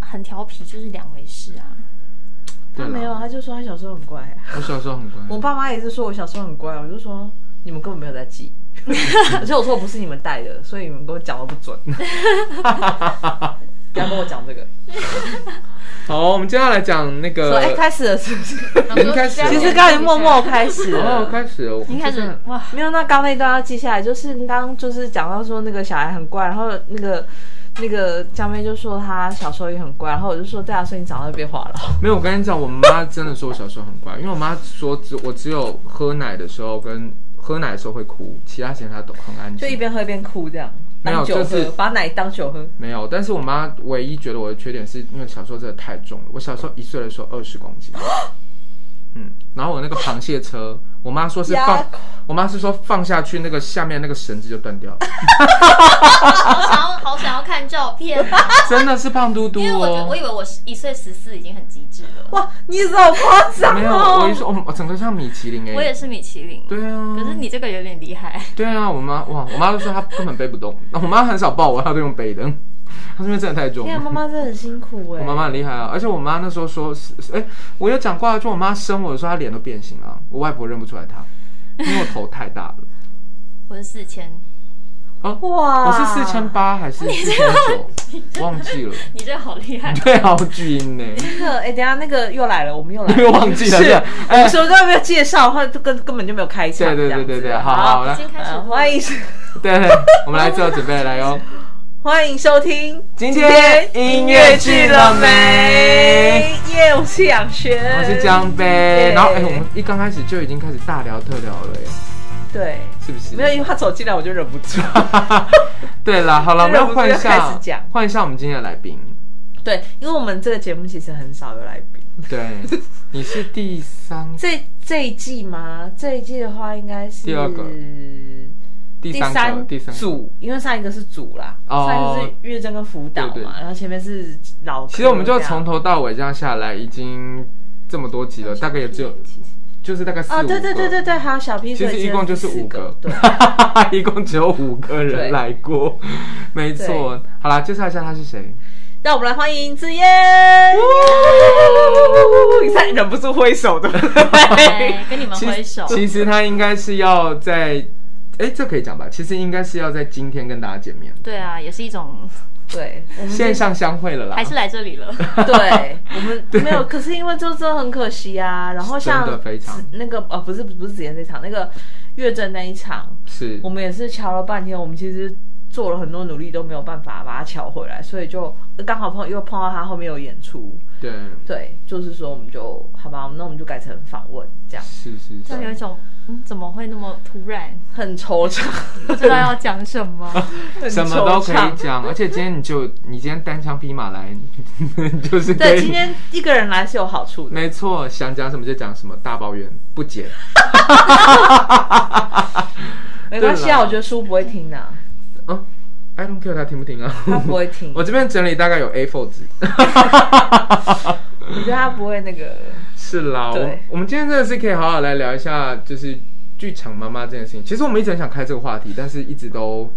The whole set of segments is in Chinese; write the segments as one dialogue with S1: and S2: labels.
S1: 很调皮就是两回事啊。
S2: 对
S3: 他没有，
S2: 啦，嗯
S3: 他就说他小时候很乖、
S2: 我小时候很乖，
S3: 我爸妈也是说我小时候很乖，我就说你们根本没有在 记，而且我说我不是你们带的，所以你们跟我讲的不 准，不要跟我讲这个。
S2: 好，我们接下来讲那
S3: 说哎、
S2: 个，
S3: 开始了是不是？
S1: 然后
S2: 已经开始了
S1: 说
S3: 其实刚才默默开始了
S2: 哦，开始了，我
S1: 已经开
S2: 就是
S1: 始哇，
S3: 没有，那刚那一段要记下来，就是刚刚就是讲到说那个小孩很乖，然后那个那个江妹就说她小时候也很乖，然后我就说对啊，所以你长大就变话 痨。
S2: 没有，我跟你讲，我妈真的说我小时候很乖，因为我妈说只我只有喝奶的时候跟喝奶的时候会哭，其他时间她都很安
S3: 就一
S2: 静。
S3: 边喝一边哭这样，
S2: 没有
S3: 当酒喝，
S2: 就是
S3: 把奶当酒喝。
S2: 没有，但是我妈唯一觉得我的缺点是因为小时候真的太重了，我小时候一岁的时候二十公斤，嗯，然后我那个螃蟹车，我妈说是
S3: 压
S2: 放，我妈是说放下去那个下面那个绳子就断掉了，
S1: 好想要好想要看照片啊、
S2: 真的是胖嘟嘟
S1: 因为我觉得我
S2: 哦
S1: 以。为我一岁十四已经很极致了，
S3: 哇，你好夸张
S2: 没有，我一
S3: 哦！
S2: 说，我我整个像米其林哎、
S1: 我也是米其林，
S2: 对啊，
S1: 可是你这个有点厉害。
S2: 对啊，我妈哇，我妈都说她根本背不动， 我妈很少抱我，她都用背的， 她是因为真的太重
S3: 天啊，妈
S2: 了。
S3: 妈真的很辛苦哎、
S2: 我妈妈很厉害啊，而且我妈那时候说，是是哎、我有讲过啊，就我妈生我的时候，她脸都变形了，我外婆认不出来她，因为我头太大了。
S1: 我是四千，
S2: 哦，
S3: 哇，
S2: 我是四千，八还是四千九，忘记了。
S1: 你这好厉害。
S2: 对啊，我巨婴呢，
S3: 那个哎、等一下那个又来了，我们又来
S2: 因为
S3: 了，
S2: 忘记了。
S3: 是
S2: 对哎、
S3: 什么都没有介绍，或者根根本就没有开场。
S2: 对对
S3: 这样
S2: 对
S3: 子
S2: 对对，好
S3: 好，
S2: 好来
S1: 已，经开始
S3: 呃
S1: 了
S3: 欢迎
S2: 对对，我们来做准备来哦哟。
S3: 欢迎收听
S2: 今天音乐剧了没？？
S3: 耶，我是杨轩，
S2: 我是江杯，然后哎、我们一刚开始就已经开始大聊特聊了耶，
S3: 对，
S2: 是不是？
S3: 没有，因为他走进来我就忍不 住。
S2: 对啦，好了，我们要换一
S3: 那我们就开始
S2: 下
S3: 讲，
S2: 换一下我们今天的来宾。
S3: 对，因为我们这个节目其实很少有来宾，
S2: 对，你是第三、
S3: 这这一季吗？这一季的话应该是
S2: 第二个第
S3: 第
S2: 三个、
S3: 三
S2: 第三个。
S3: 组，因为上一个是组啦，
S2: 哦
S3: 上一个是月珍跟辅导
S2: 对对
S3: 嘛，然后前面是老科
S2: 其
S3: 这样。
S2: 实我们就从头到尾这样下来，已经这么多集了，大概也只有 就是大概四
S3: 啊，
S2: 五
S3: 对对对对对，还有小 P，
S2: 其
S3: 所
S2: 实
S3: 以
S2: 一共就是
S3: 四
S2: 五
S3: 个
S2: 个，
S3: 对。
S2: 一共只有五个人
S3: 对
S2: 来过，没错。好啦，介绍一下他是谁。
S3: 让我们来欢迎子嫣。 你看忍不住挥手的，
S1: 对，跟你们
S2: 其
S1: 挥手。
S2: 哎其实他应该是要在，哎，这可以讲吧？其实应该是要在今天跟大家见面，
S1: 对啊，也是一种，
S3: 对，我们
S2: 线上相会了啦
S1: 还。是来这里了。
S3: 对，我 们没有。可是因为就真的很可惜啊。然后像
S2: 真的非常
S3: 子那个哦，不是不是子嫣那场，那个月正那一场，
S2: 是
S3: 我们也是瞧了半天，我们其实做了很多努力都没有办法把它瞧回来，所以就刚好碰又碰到他后面有演出，
S2: 对，
S3: 对，就是说我们就好吧，那我们就改成访问这样，
S2: 是是。
S1: 就是有一种，嗯，怎么会那么突 然？
S3: 很惆怅，
S1: 不知道要讲什么。
S3: 很
S2: 什么都可
S3: 惆怅
S2: 以讲，而且今天你就你今天单枪匹马来， 就是可
S3: 对，
S2: 以
S3: 今天一个人来是有好处的。
S2: 没错，想讲什么就讲什么，大抱怨不解。
S3: 没关系
S2: 对啦
S3: 啊，我觉得叔不会听的、
S2: 嗯，I don't care 他听不听啊，
S3: 他不会听。
S2: 我
S3: 我
S2: 这边整理大概有 A4 纸，
S3: 觉得他不会那个。
S2: 是啦，我
S3: 对
S2: 我们今天真的是可以好好来聊一下，就是剧场妈妈这件事情。其实我们一直很想开这个话题，但是一直都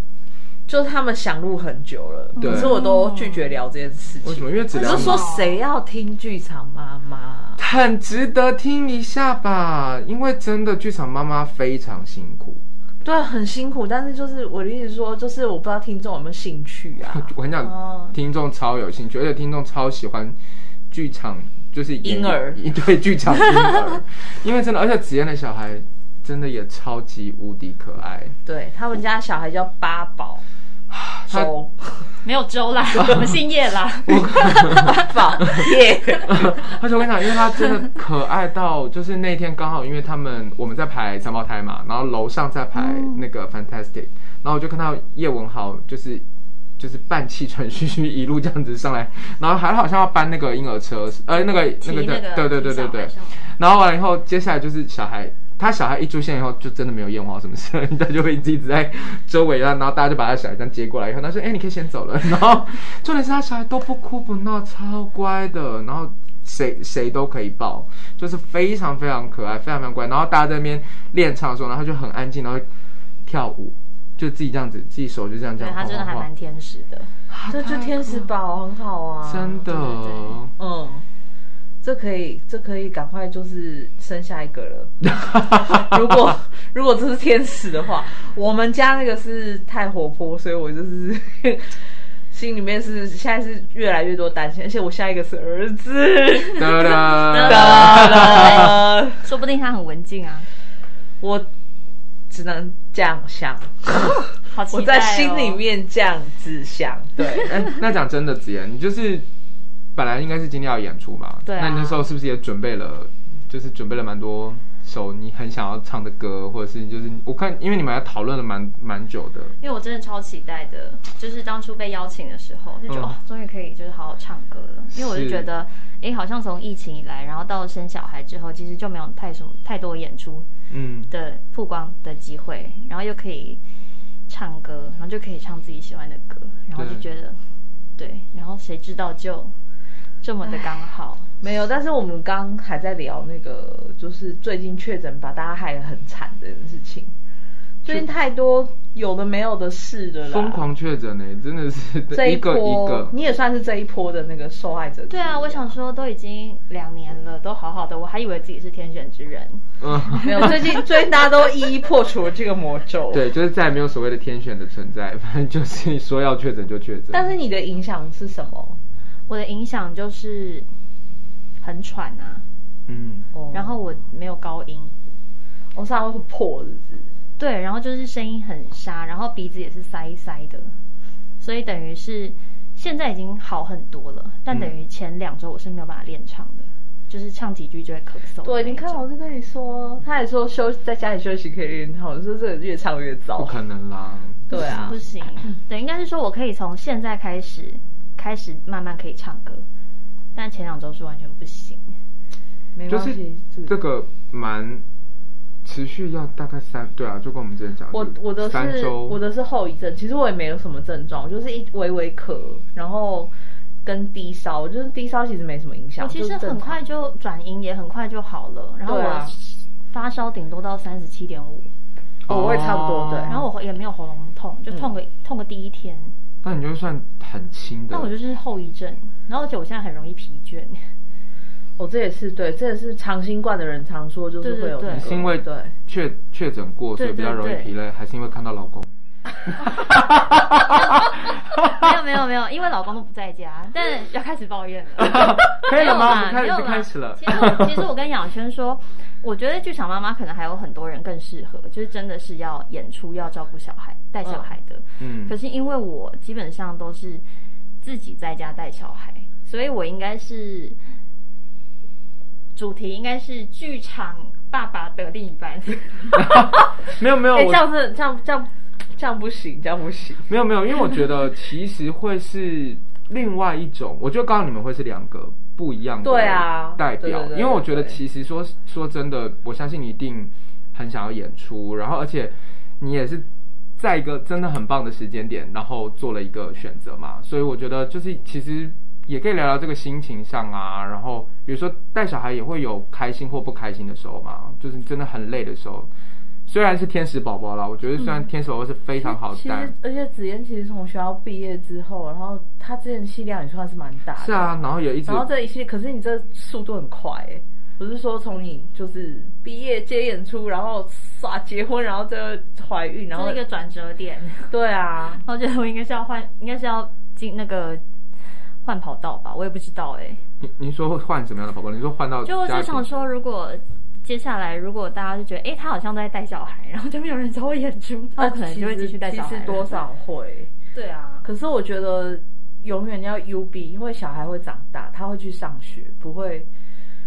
S3: 就是他们想录很久了，
S2: 对
S3: 可是我都拒绝聊这件事
S2: 为什
S3: 情。
S2: 么？因为只
S3: 我
S2: 聊
S3: 就
S2: 你
S3: 说谁要听剧场妈妈？
S2: 很值得听一下吧，因为真的剧场妈妈非常辛苦。
S3: 对，很辛苦，但是就是我的意思说，就是我不知道听众有没有兴趣啊？
S2: 我跟你讲，
S1: 哦，
S2: 听众超有兴趣，而且听众超喜欢剧场，就是演
S3: 婴儿
S2: 对剧场婴儿，因为真的，而且子嫣的小孩真的也超级无敌可爱，
S3: 对他们家小孩叫八宝
S2: 他
S3: 周，
S1: 没有周 啦，我们姓叶啦。
S3: 八宝耶，
S2: 而且我跟你讲，因为他真的可爱到，就是那天刚好，因为他们我们在排三胞胎嘛，然后楼上在排那个 Fantastic，、然后我就看到叶文豪就是就是半气喘吁吁一路这样子上来，然后还好像要搬那个婴儿车，呃，那个那个
S1: 提那个
S2: 对对对对对，然后完了以后，接下来就是小孩，他小孩一出现以后，就真的没有验花什么事了，他就会一直一直在周围啊，然后大家就把他小孩这样接过来以后，他说：“哎、你可以先走了。”然后重点是他小孩都不哭不闹，超乖的，然后谁谁都可以抱，就是非常非常可爱，非常非常乖。然后大家在那边练唱的时候，然后他就很安静，然后跳舞，就自己这样子，自己手就这样这
S1: 对
S2: 样
S1: 他
S2: 晃
S1: 真的还
S2: 晃晃
S1: 蛮。天使的，
S3: 这就天使宝很好啊，
S2: 真的
S1: 对对
S3: 嗯，这可以，这可以赶快就是生下一个了。如果如果这是天使的话，我们家那个是太活泼，所以我就是 心里面是现在是越来越多担心，而且我下一个是儿子。
S2: 哒哒。
S1: 哒
S3: 的，
S1: 说不定他很文静啊，
S3: 我只能这样想，
S1: 好期待、哦、
S3: 我在心里面这样子 想，对，
S2: 哎，那讲真的，子妍，你就是本来应该是今天要演出嘛，
S1: 对啊
S2: 那你那时候是不是也准备了，就是准备了蛮多首你很想要唱的歌，或者是就是我看，因为你们还讨论了蛮蛮久的，
S1: 因为我真的超期待的，就是当初被邀请的时候，就觉得、
S2: 嗯
S1: 哦，终于可以就是好好唱歌了。因为我就是觉得，诶，好像从疫情以来，然后到生小孩之后，其实就没有太什么太多演出
S2: 嗯，
S1: 的曝光的机会，然后又可以唱歌，然后就可以唱自己喜欢的歌，然后就
S2: 对
S1: 觉得，对，然后谁知道就这么的刚好，
S3: 没有，但是我们刚还在聊那个，就是最近确诊把大家害得很惨的事情。最近太多有的没有的事了啦，
S2: 疯狂确诊呢，真的是
S3: 这
S2: 一
S3: 波
S2: 个一个，
S3: 你也算是这一波的那个受害者之一。
S1: 对啊，我想说都已经两年了，都好好的，我还以为自己是天选之人，
S2: 嗯。
S3: 没有， 最近最近大家都一一破除了这个魔咒。，
S2: 对，就是再也没有所谓的天选的存在，反正就是说要确诊就确诊。
S3: 但是你的影响是什么？哦
S1: 我的影响就是很喘啊，
S2: 嗯，
S3: 哦
S1: 然后我没有高音，
S3: 我哦上会破日子，
S1: 对，然后就是声音很沙，然后鼻子也是塞塞的，所以等于是现在已经好很多了，但等于前两周我是没有办法练唱的，就是唱几句就会咳嗽。
S3: 对，你看，我，就跟你说，他还说休在家里休息可以练好，我说这个越唱越糟。
S2: 不可能啦。
S3: 对啊
S1: 不，行，对，应该是说我可以从现在开始开始慢慢可以唱歌，但前两周是完全不行。
S3: 没
S2: 就
S3: 关
S2: 是
S3: 系，
S2: 这个蛮持续要大概三对啊，就跟我们之前讲的，
S3: 我我的
S2: 三
S3: 是
S2: 周，
S3: 我的是后遗症，其实我也没有什么症状，我就是一微微咳，然后跟低烧，就是低烧其实没什么影响，
S1: 我
S2: 哦
S1: 其
S3: 就是
S1: 实
S3: 正
S1: 很
S3: 常
S1: 快就转阴，也很快就好了。然后
S3: 对啊
S1: 我发烧顶多到三十七点五，
S3: 哦我也差不多对
S1: 然后我也没有喉咙痛，就痛个、痛个第一天。
S2: 那你就算很轻的，
S1: 那我就是后遗症，然后而且我现在很容易疲 倦，
S3: 我、这也是对，这也是长新冠的人常说就是会有
S1: 对对对
S3: 那个，
S2: 是因为
S3: 对，
S2: 确确诊过，所以
S1: 对
S2: 比较容易
S1: 对
S2: 疲累，还是因为看到老公？
S1: 没有没有没有，因为老公都不在家， 但要开始抱怨了。
S2: 可以了吗？我们
S1: 没
S2: 开
S1: 有啦
S2: 始就开始了
S1: 其。实我其实我跟养轩说，我觉得剧场妈妈可能还有很多人更适合，就是真的是要演出、要照顾小孩、带小孩的。
S2: 嗯
S1: 可，是因为我基本上都是自己在家带小孩，所以我应该是主题应该是剧场爸爸的另一 半。
S2: 没有没有，
S3: 哎、
S2: 我
S3: 这样子这样这样这样不行，这样不行，
S2: 没有没有，因为我觉得其实会是另外一种，我觉得刚刚你们会是两个不一样的
S3: 对啊
S2: 代表，
S3: 对对对
S2: 因为我觉得
S3: 对
S2: 其实说说真的，我相信你一定很想要演出，然后而且你也是。在一个真的很棒的时间点，然后做了一个选择嘛，所以我觉得就是其实也可以聊聊这个心情上啊，然后比如说带小孩也会有开心或不开心的时候嘛，就是真的很累的时候，虽然是天使宝宝啦，我觉得虽然天使宝宝是非常好
S3: 其
S2: 带，
S3: 实而且子嫣其实从学校毕业之后，然后她之前戏量也算是蛮大的，
S2: 是啊，然后也一直
S3: 然后这一系列，可是你这速度很快哎、不是说从你就是毕业接演出，然后耍结婚，然后再怀孕，然
S1: 这
S3: 后
S1: 是一个转折 点，
S3: 对啊，
S1: 我觉得我应该是要换，应该是要进那个换跑道吧，我也不知道哎、
S2: 你你说会换什么样的宝宝？你说换到
S1: 就我
S2: 家
S1: 只
S2: 庭
S1: 想说，如果接下来如果大家就觉得，哎、他好像在带小孩，然后就没有人找我演出，那哦我可能就会继续带小孩
S3: 其实
S1: 了。
S3: 多少会，
S1: 对啊，
S3: 可是我觉得永远要 U B，因为小孩会长大，他会去上学，不会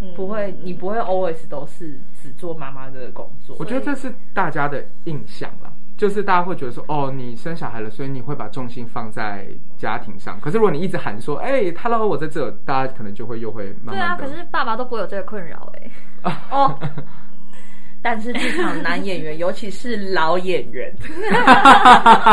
S1: 嗯
S3: 不会，你不会 always 都是只做妈妈的工作。
S2: 我觉得这是大家的印象啦，就是大家会觉得说，哦，你生小孩了，所以你会把重心放在家庭上。可是如果你一直喊说，哎、h e l l o 我在这，大家可能就会又会慢
S1: 对啊，
S2: 慢的。
S1: 可是爸爸都不会有这个困扰哎、
S3: 哦。但是剧场男演 员，尤其是老 演员，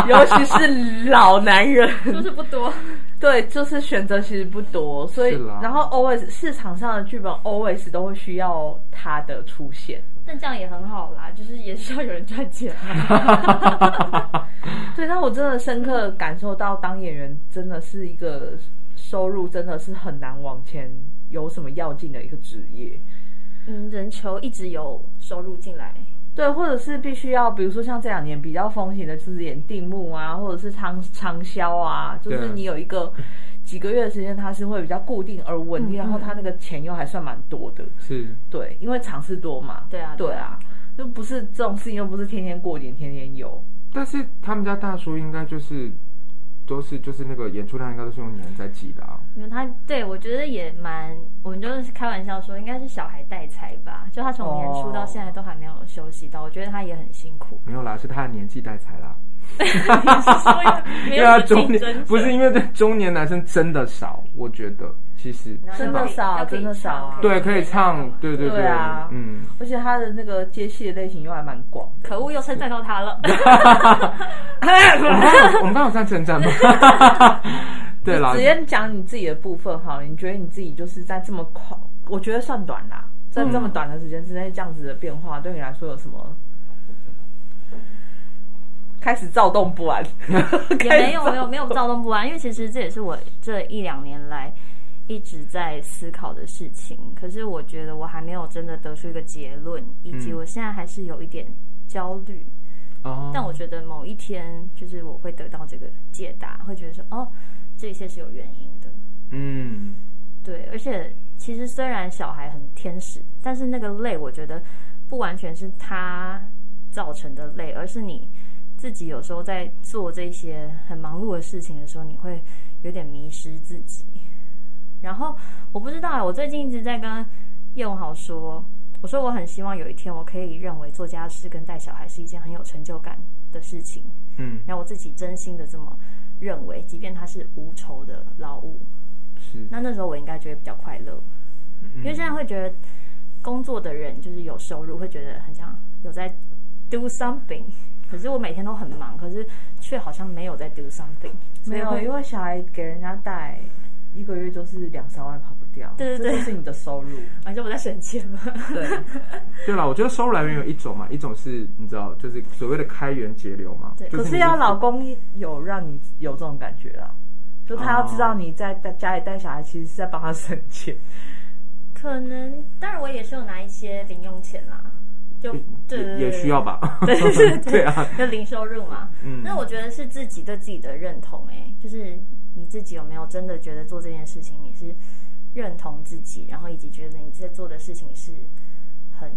S3: 尤其是老男人，
S1: 就是不多。
S3: 对，就是选择其实不多，所以
S2: 是啦
S3: 然后 always 市场上的剧本 always 都会需要它的出现。
S1: 但这样也很好啦，就是也需要有人赚钱啊。
S3: 对，但我真的深刻感受到，当演员真的是一个收入真的是很难往前有什么要进的一个职业。
S1: 嗯，人球一直有收入进来，
S3: 对，或者是必须要，比如说像这两年比较风行的，就是演定目啊，或者是长长销啊，就是
S2: 对
S3: 你有一个几个月的时间，它是会比较固定而稳
S1: 嗯
S3: 定，
S1: 嗯
S3: 然后它那个钱又还算蛮多的。
S2: 是
S3: 对，因为尝试多嘛。
S1: 对啊
S3: 对
S1: 对
S3: 啊
S1: 啊，
S3: 就不是这种事情，又不是天天过年，天天有。
S2: 但是他们家大叔应该就是都是就是那个演出量应该都是用年在计的啊。。
S1: 因为他对我觉得也蛮，我们就是开玩笑说，应该是小孩带财吧，就他从年初到现在都还没有休息到，我觉得他也很辛苦
S2: 没有啦，是他的年纪带财啦。
S1: 没
S2: 因为
S1: 有
S2: 他
S1: 什么
S2: 中
S1: 竞争者
S2: 年不是因为这中年男生真的少，我觉得其实
S1: 然后
S2: 是
S1: 又
S2: 吧
S1: 可以
S3: 真的少
S1: 又可以
S3: 真的少啊
S1: 唱
S2: 对可以唱，对对
S3: 对啊
S2: 嗯，
S3: 而且他的那个接戏的类型又还蛮广的，
S1: 可恶，又称赞到他了。
S2: 我们刚哦有我们刚有这样称赞吗？ 对啦，
S3: 就直接讲你自己的部分好了。你觉得你自己就是在这么快，我觉得算短啦，在这么短的时间之内这样子的变
S2: 嗯
S3: 化，对你来说有什么？开始躁动不安，
S1: 也没有没有没有躁动不安，因为其实这也是我这一两年来一直在思考的事情。可是我觉得我还没有真的得出一个结论，以及
S2: 嗯
S1: 我现在还是有一点焦虑。
S2: 哦，
S1: 但我觉得某一天，就是我会得到这个解答，会觉得说，哦，这一切是有原因的。
S2: 嗯，
S1: 对，而且其实虽然小孩很天使，但是那个累，我觉得不完全是他造成的累，而是你自己有时候在做这些很忙碌的事情的时候，你会有点迷失自己。然后我不知道啊，我最近一直在跟叶文豪说，我说我很希望有一天我可以认为做家事跟带小孩是一件很有成就感的事情，
S2: 嗯
S1: 然后我自己真心的这么认为，即便它是无酬的劳务。
S2: 是，嗯
S1: 那那时候我应该觉得比较快乐，因为现在会觉得工作的人就是有收入，会觉得很像有在 do something。可是我每天都很忙，可是却好像没有在 do something，所
S3: 没
S1: 以
S3: 有，
S1: 会
S3: 因为小孩给人家带一个月就是两三万跑不掉，
S1: 对对对
S3: 这就是你的收 入。
S1: 反正我在省钱嘛。
S3: 对，
S2: 对啦，我觉得收入来源有一种嘛，一种是你知道，就是所谓的开源节流嘛。
S1: 对
S2: 就
S3: 可
S2: 是
S3: 是
S2: 你
S3: 要老公有让你有这种感觉啊，就他要知道你在带家里带小孩，其实是在帮他省钱。
S1: 可能，当然我也是有拿一些零用钱啦，就对
S2: 也
S1: 对
S2: 也需要。吧？
S1: 对对 对
S2: 对啊，
S1: 就零收入嘛。
S2: 嗯
S1: 那我觉得是自己对自己的认同、欸，就是你自己有没有真的觉得做这件事情你是认同自己，然后以及觉得你在做的事情是很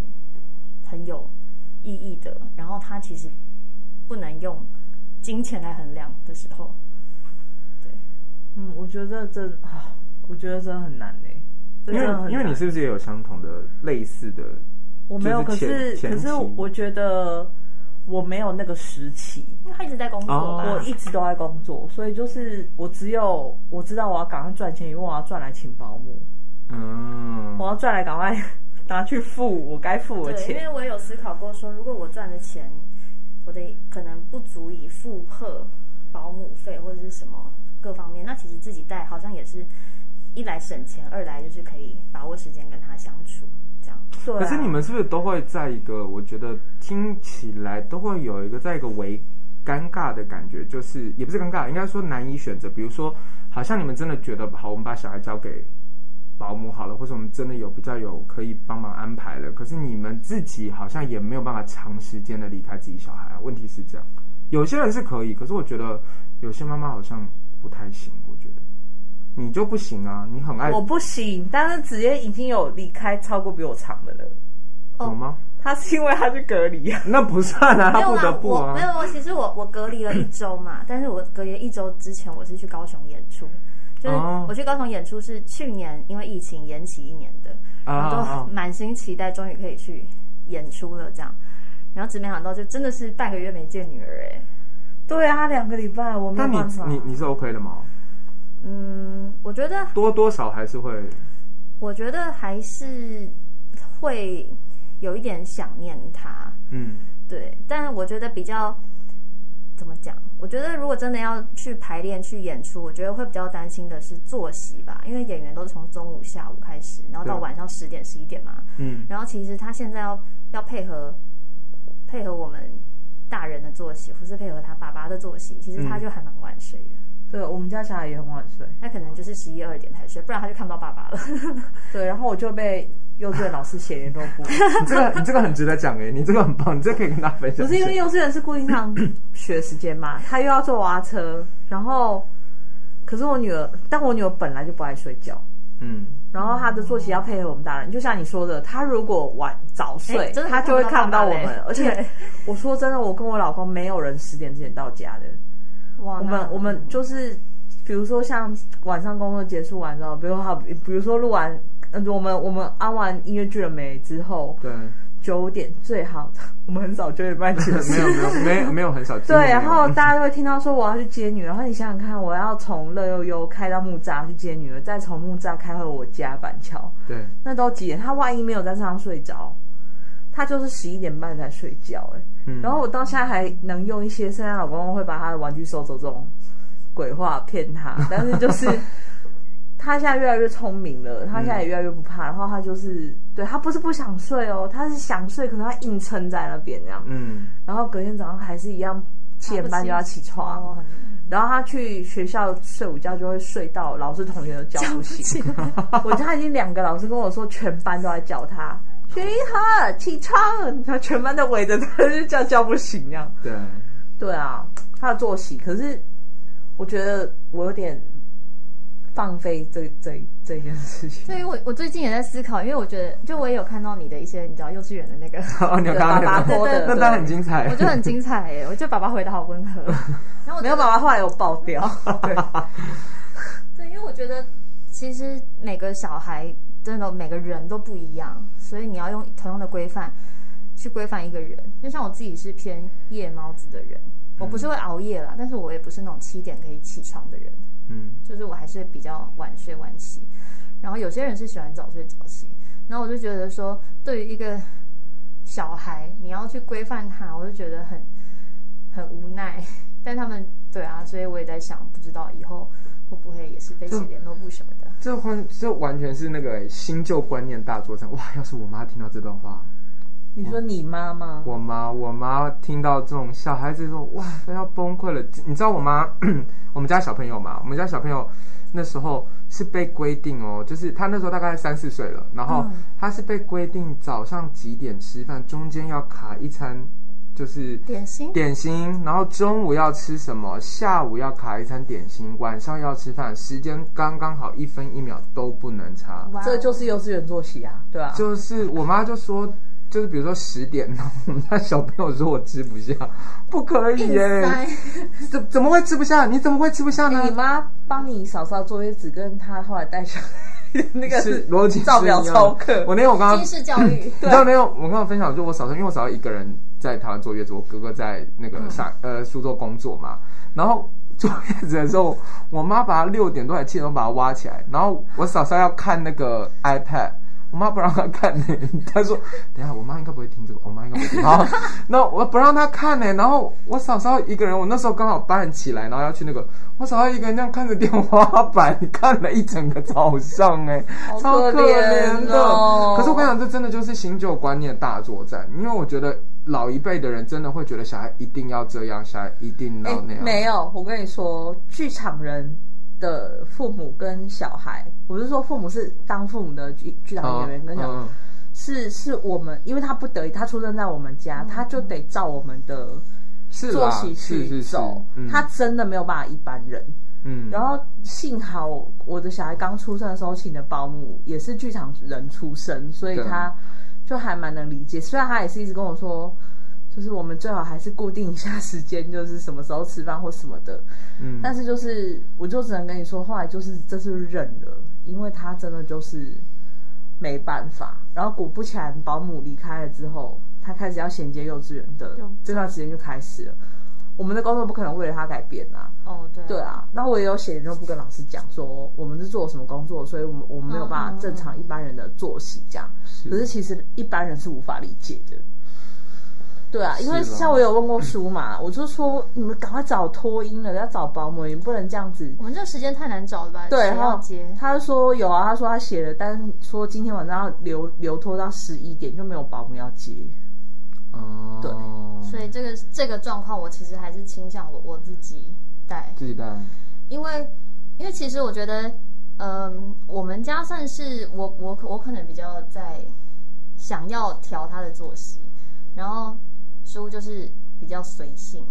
S1: 很有意义的，然后它其实不能用金钱来衡量的时候，对，
S3: 嗯，我觉得这真啊，我觉得真的很难呢、这
S2: 因
S3: 真的很
S2: 为
S3: 难
S2: 因为你是不是也有相同的类似的？
S3: 我没有，
S2: 就
S3: 可
S2: 是
S3: 是
S2: 前
S3: 可
S2: 前
S3: 是
S2: 期
S3: 我觉得我没有那个时期，
S1: 因为他一直在工作吧，
S2: 哦
S3: 我一直都在工作，所以就是我只有我知道我要赶快赚钱，因为我要赚来请保姆，
S2: 嗯，
S3: 我要赚来赶快 拿去付我该付的
S1: 对，因
S3: 钱。
S1: 为我有思考过说，如果我赚的钱，我的可能不足以负荷保姆费或者是什么各方面，那其实自己带好像也是一来省钱，二来就是可以把握时间跟他相处，这样。
S3: 对啊、
S2: 可是你们是不是都会在一个，我觉得听起来都会有一个在一个为尴尬的感觉，就是也不是尴尬，应该说难以选择。比如说，好像你们真的觉得好，我们把小孩交给保姆好了，或者我们真的有比较有可以帮忙安排了，可是你们自己好像也没有办法长时间的离开自己小孩啊。问题是这样，有些人是可以，可是我觉得有些妈妈好像不太行，我觉得。你就不行啊！你很爱
S3: 我不行，但是子嫣已经有离开超过比我长的了。
S2: 有吗？
S3: 他是因为他去隔离啊，
S2: 那不算啊，
S1: 没
S2: 他
S1: 有
S2: 不
S1: 啦，
S2: 得不啊。
S1: 我没有，我其实我我隔离了一周嘛，但是我隔离了一周之前，我是去高雄演出，就是
S2: 哦
S1: 我去高雄演出是去年因为疫情延期一年的，然
S2: 啊啊
S1: 后
S2: 啊
S1: 都满心期待终于可以去演出了这样，然后只没想到就真的是半个月没见女儿哎、
S3: 对啊，他两个礼拜我没
S2: 那
S3: 有
S2: 你
S3: 办法。
S2: 你你是 OK 的吗？
S1: 嗯，我觉得
S2: 多多少还是会，
S1: 我觉得还是会有一点想念她，
S2: 嗯，
S1: 对，但我觉得比较怎么讲？我觉得如果真的要去排练、去演出，我觉得会比较担心的是作息吧，因为演员都是从中午、下午开始，然后到
S2: 对
S1: 晚上十点、十一点嘛。
S2: 嗯，
S1: 然后其实他现在要要配合配合我们大人的作息，或是配合他爸爸的作息，其实他就还蛮晚睡的。
S3: 对我们家小孩也很晚睡，
S1: 他可能就是十一二点才睡，不然他就看不到爸爸 了。
S3: 对，然后我就被幼稚园老师写联络簿，
S2: 你这个你这个很值得讲哎、你这个很棒，你这个可以跟大家分享一
S3: 不
S2: 下。
S3: 是因为幼稚园是固定上学时间嘛，他又要坐娃娃车，然后可是我女儿，但我女儿本来就不爱睡觉，
S2: 嗯，
S3: 然后她的作息要配合我们大人，就像你说的，她如果晚早睡，
S1: 哎真的
S3: 她就会看不到我
S1: 看不
S3: 们
S1: 到。
S3: 而且
S1: 对
S3: 我说真的，我跟我老公没有人十点之前到家的。
S1: 哇，
S3: 我们我们就是，比如说像晚上工作结束完之后，比如好，比如说录完，呃，我们我们安完音乐剧了没之后，
S2: 对，
S3: 九点最好，我们很早九点 半结束
S2: 没。有没有没有没有很少。嗯
S3: 对，然后大家都会听到说我要去接女儿，然后你想想看，我要从乐悠悠开到木栅去接女儿，再从木栅开回我家板桥，
S2: 对，
S3: 那都几点？他万一没有在车上睡着，他就是十一点半才睡觉、欸，
S2: 嗯
S3: 然后我到现在还能用一些圣诞老公会把他的玩具收走这种鬼话骗他，但是就是他现在越来越聪明了，他现在也越来越不怕，然后他就是对他不是不想睡哦，他是想睡，可是他硬撑在那边这样，
S2: 嗯，
S3: 然后隔天早上还是一样七点半就要起床，
S1: 哦，
S3: 然后他去学校睡午觉就会睡到老师同学都叫不醒。我他已经两个老师跟我说，全班都在叫他学一和起床，然后全班都围着他就叫叫不醒这样。
S2: 对，
S3: 对啊，他的作息，可是我觉得我有点放飞这这这件事情。
S1: 对，因为我我最近也在思考，因为我觉得，就我也有看到你的一些，你知道幼稚园的那个，
S2: 哦，你有
S3: 对
S2: 刚
S3: 爸
S2: 刚那
S3: 爸
S2: 个
S3: 拖的，
S2: 那当然很精彩，
S1: 我觉得 很精彩耶！我觉得爸爸回答好温 和，然后我
S3: 没
S1: 觉得
S3: 有爸爸后来有爆掉，对
S1: 对，因为我觉得其实每个小孩真的每个人都不一样，所以你要用同样的规范去规范一个人。就像我自己是偏夜猫子的人，我不是会熬夜啦，但是我也不是那种七点可以起床的人，
S2: 嗯，
S1: 就是我还是比较晚睡晚起。然后有些人是喜欢早睡早起，然后我就觉得说，对于一个小孩，你要去规范他，我就觉得很很无奈。但他们对啊，所以我也在想，不知道以后会不会也是被写联络簿什么的。
S2: 这关这完全是那个欸新旧观念大作战。哇，要是我妈听到这段话，
S3: 你说你妈妈，
S2: 我妈，我妈听到这种小孩子说，哇，她要崩溃了。你知道我妈， 我们家小朋友嘛，我们家小朋友那时候是被规定哦，就是他那时候大概三四岁了，然后他是被规定早上几点吃饭，中间要卡一餐，就是
S1: 点心
S2: 点心，然后中午要吃什么，下午要卡一餐点心，晚上要吃饭，时间刚刚好，一分一秒都不能差。
S1: 哇哦
S3: 这就是幼稚园作息啊，对啊，
S2: 就是我妈就说，就是比如说十点，然后我们家小朋友说我吃不下，不可以
S1: 硬
S2: 耶、
S1: 塞，
S2: 怎怎么会吃不下？你怎么会吃不下呢？
S3: 你妈帮你扫扫作业纸，跟她后来带上那个
S2: 是逻辑是
S3: 照表
S2: 一样的
S3: 操课。
S2: 我那天我刚刚
S1: 军事教育
S2: 你知道没有？我刚刚分享，就我嫂嫂，因为我嫂嫂一个人在台湾坐月子，我哥哥在那
S3: 嗯
S2: 个上、呃苏州工作嘛。然后坐月子的时候，我妈把她六点多还七点钟把她挖起来，然后我嫂嫂要看那个 iPad。我妈不让她看呢、她说：“等一下，我妈应该不会听这个，我妈应该不会听。”然后，那我不让她看呢、然后我嫂嫂一个人，我那时候刚好搬起来，然后要去那个，我嫂嫂一个人这样看着天花板，看了一整个早上、欸，哎，
S3: 好
S2: 超
S3: 可
S2: 可怜
S3: 怜
S2: 的。
S3: 哦
S2: 可是我跟你讲。这真的就是新旧观念大作战，因为我觉得老一辈的人真的会觉得小孩一定要这样，小孩一定
S3: 哎
S2: 要那样。
S3: 没有，我跟你说，剧场人的父母跟小孩，我是说父母是当父母的剧剧场演员跟小孩，
S2: 嗯
S3: 是是我们，因为他不得已，他出生在我们家，他就得照我们的
S2: 嗯是
S3: 作
S2: 啦
S3: 息
S2: 是
S3: 去
S2: 是是
S3: 走，，
S2: 嗯
S3: 他真的没有办法一般人。
S2: 嗯，
S3: 然后幸好我的小孩刚出生的时候请的保姆也是剧场人出身，所以
S2: 对啊
S3: 他就还蛮能理解。虽然他也是一直跟我说，就是我们最好还是固定一下时间，就是什么时候吃饭或什么的。
S2: 嗯，
S3: 但是就是我就只能跟你说，后来就是这次忍了，因为他真的就是没办法。然后果不其然，保姆离开了之后，他开始要衔接幼稚园的
S1: 就
S3: 这段时间就开始了。我们的工作不可能为了他改变啊。
S1: 哦，对，
S3: 对，啊，那我也有写就不跟老师讲说我们是做什么工作，所以我们我们没有办法正常一般人的作息这样。
S2: 是
S3: 可是其实一般人是无法理解的。对啊，因为
S2: 是啦
S3: 像我有问过书嘛，我就说你们赶快找脱音了，要找保姆，你们不能这样子。
S1: 我们这个时间太难找了吧？
S3: 对，啊
S1: 谁
S3: 然
S1: 要
S3: 后
S1: 接。
S3: 他就说有啊，他说他写了，但是说今天晚上要留留拖到十一点，就没有保姆要接。
S2: 哦，
S1: 所以这个这个状况，我其实还是倾向我我自己带，
S2: 自己带，
S1: 因为因为其实我觉得，嗯，我们家算是我我我可能比较在想要调他的作息，然后书就是比较随性。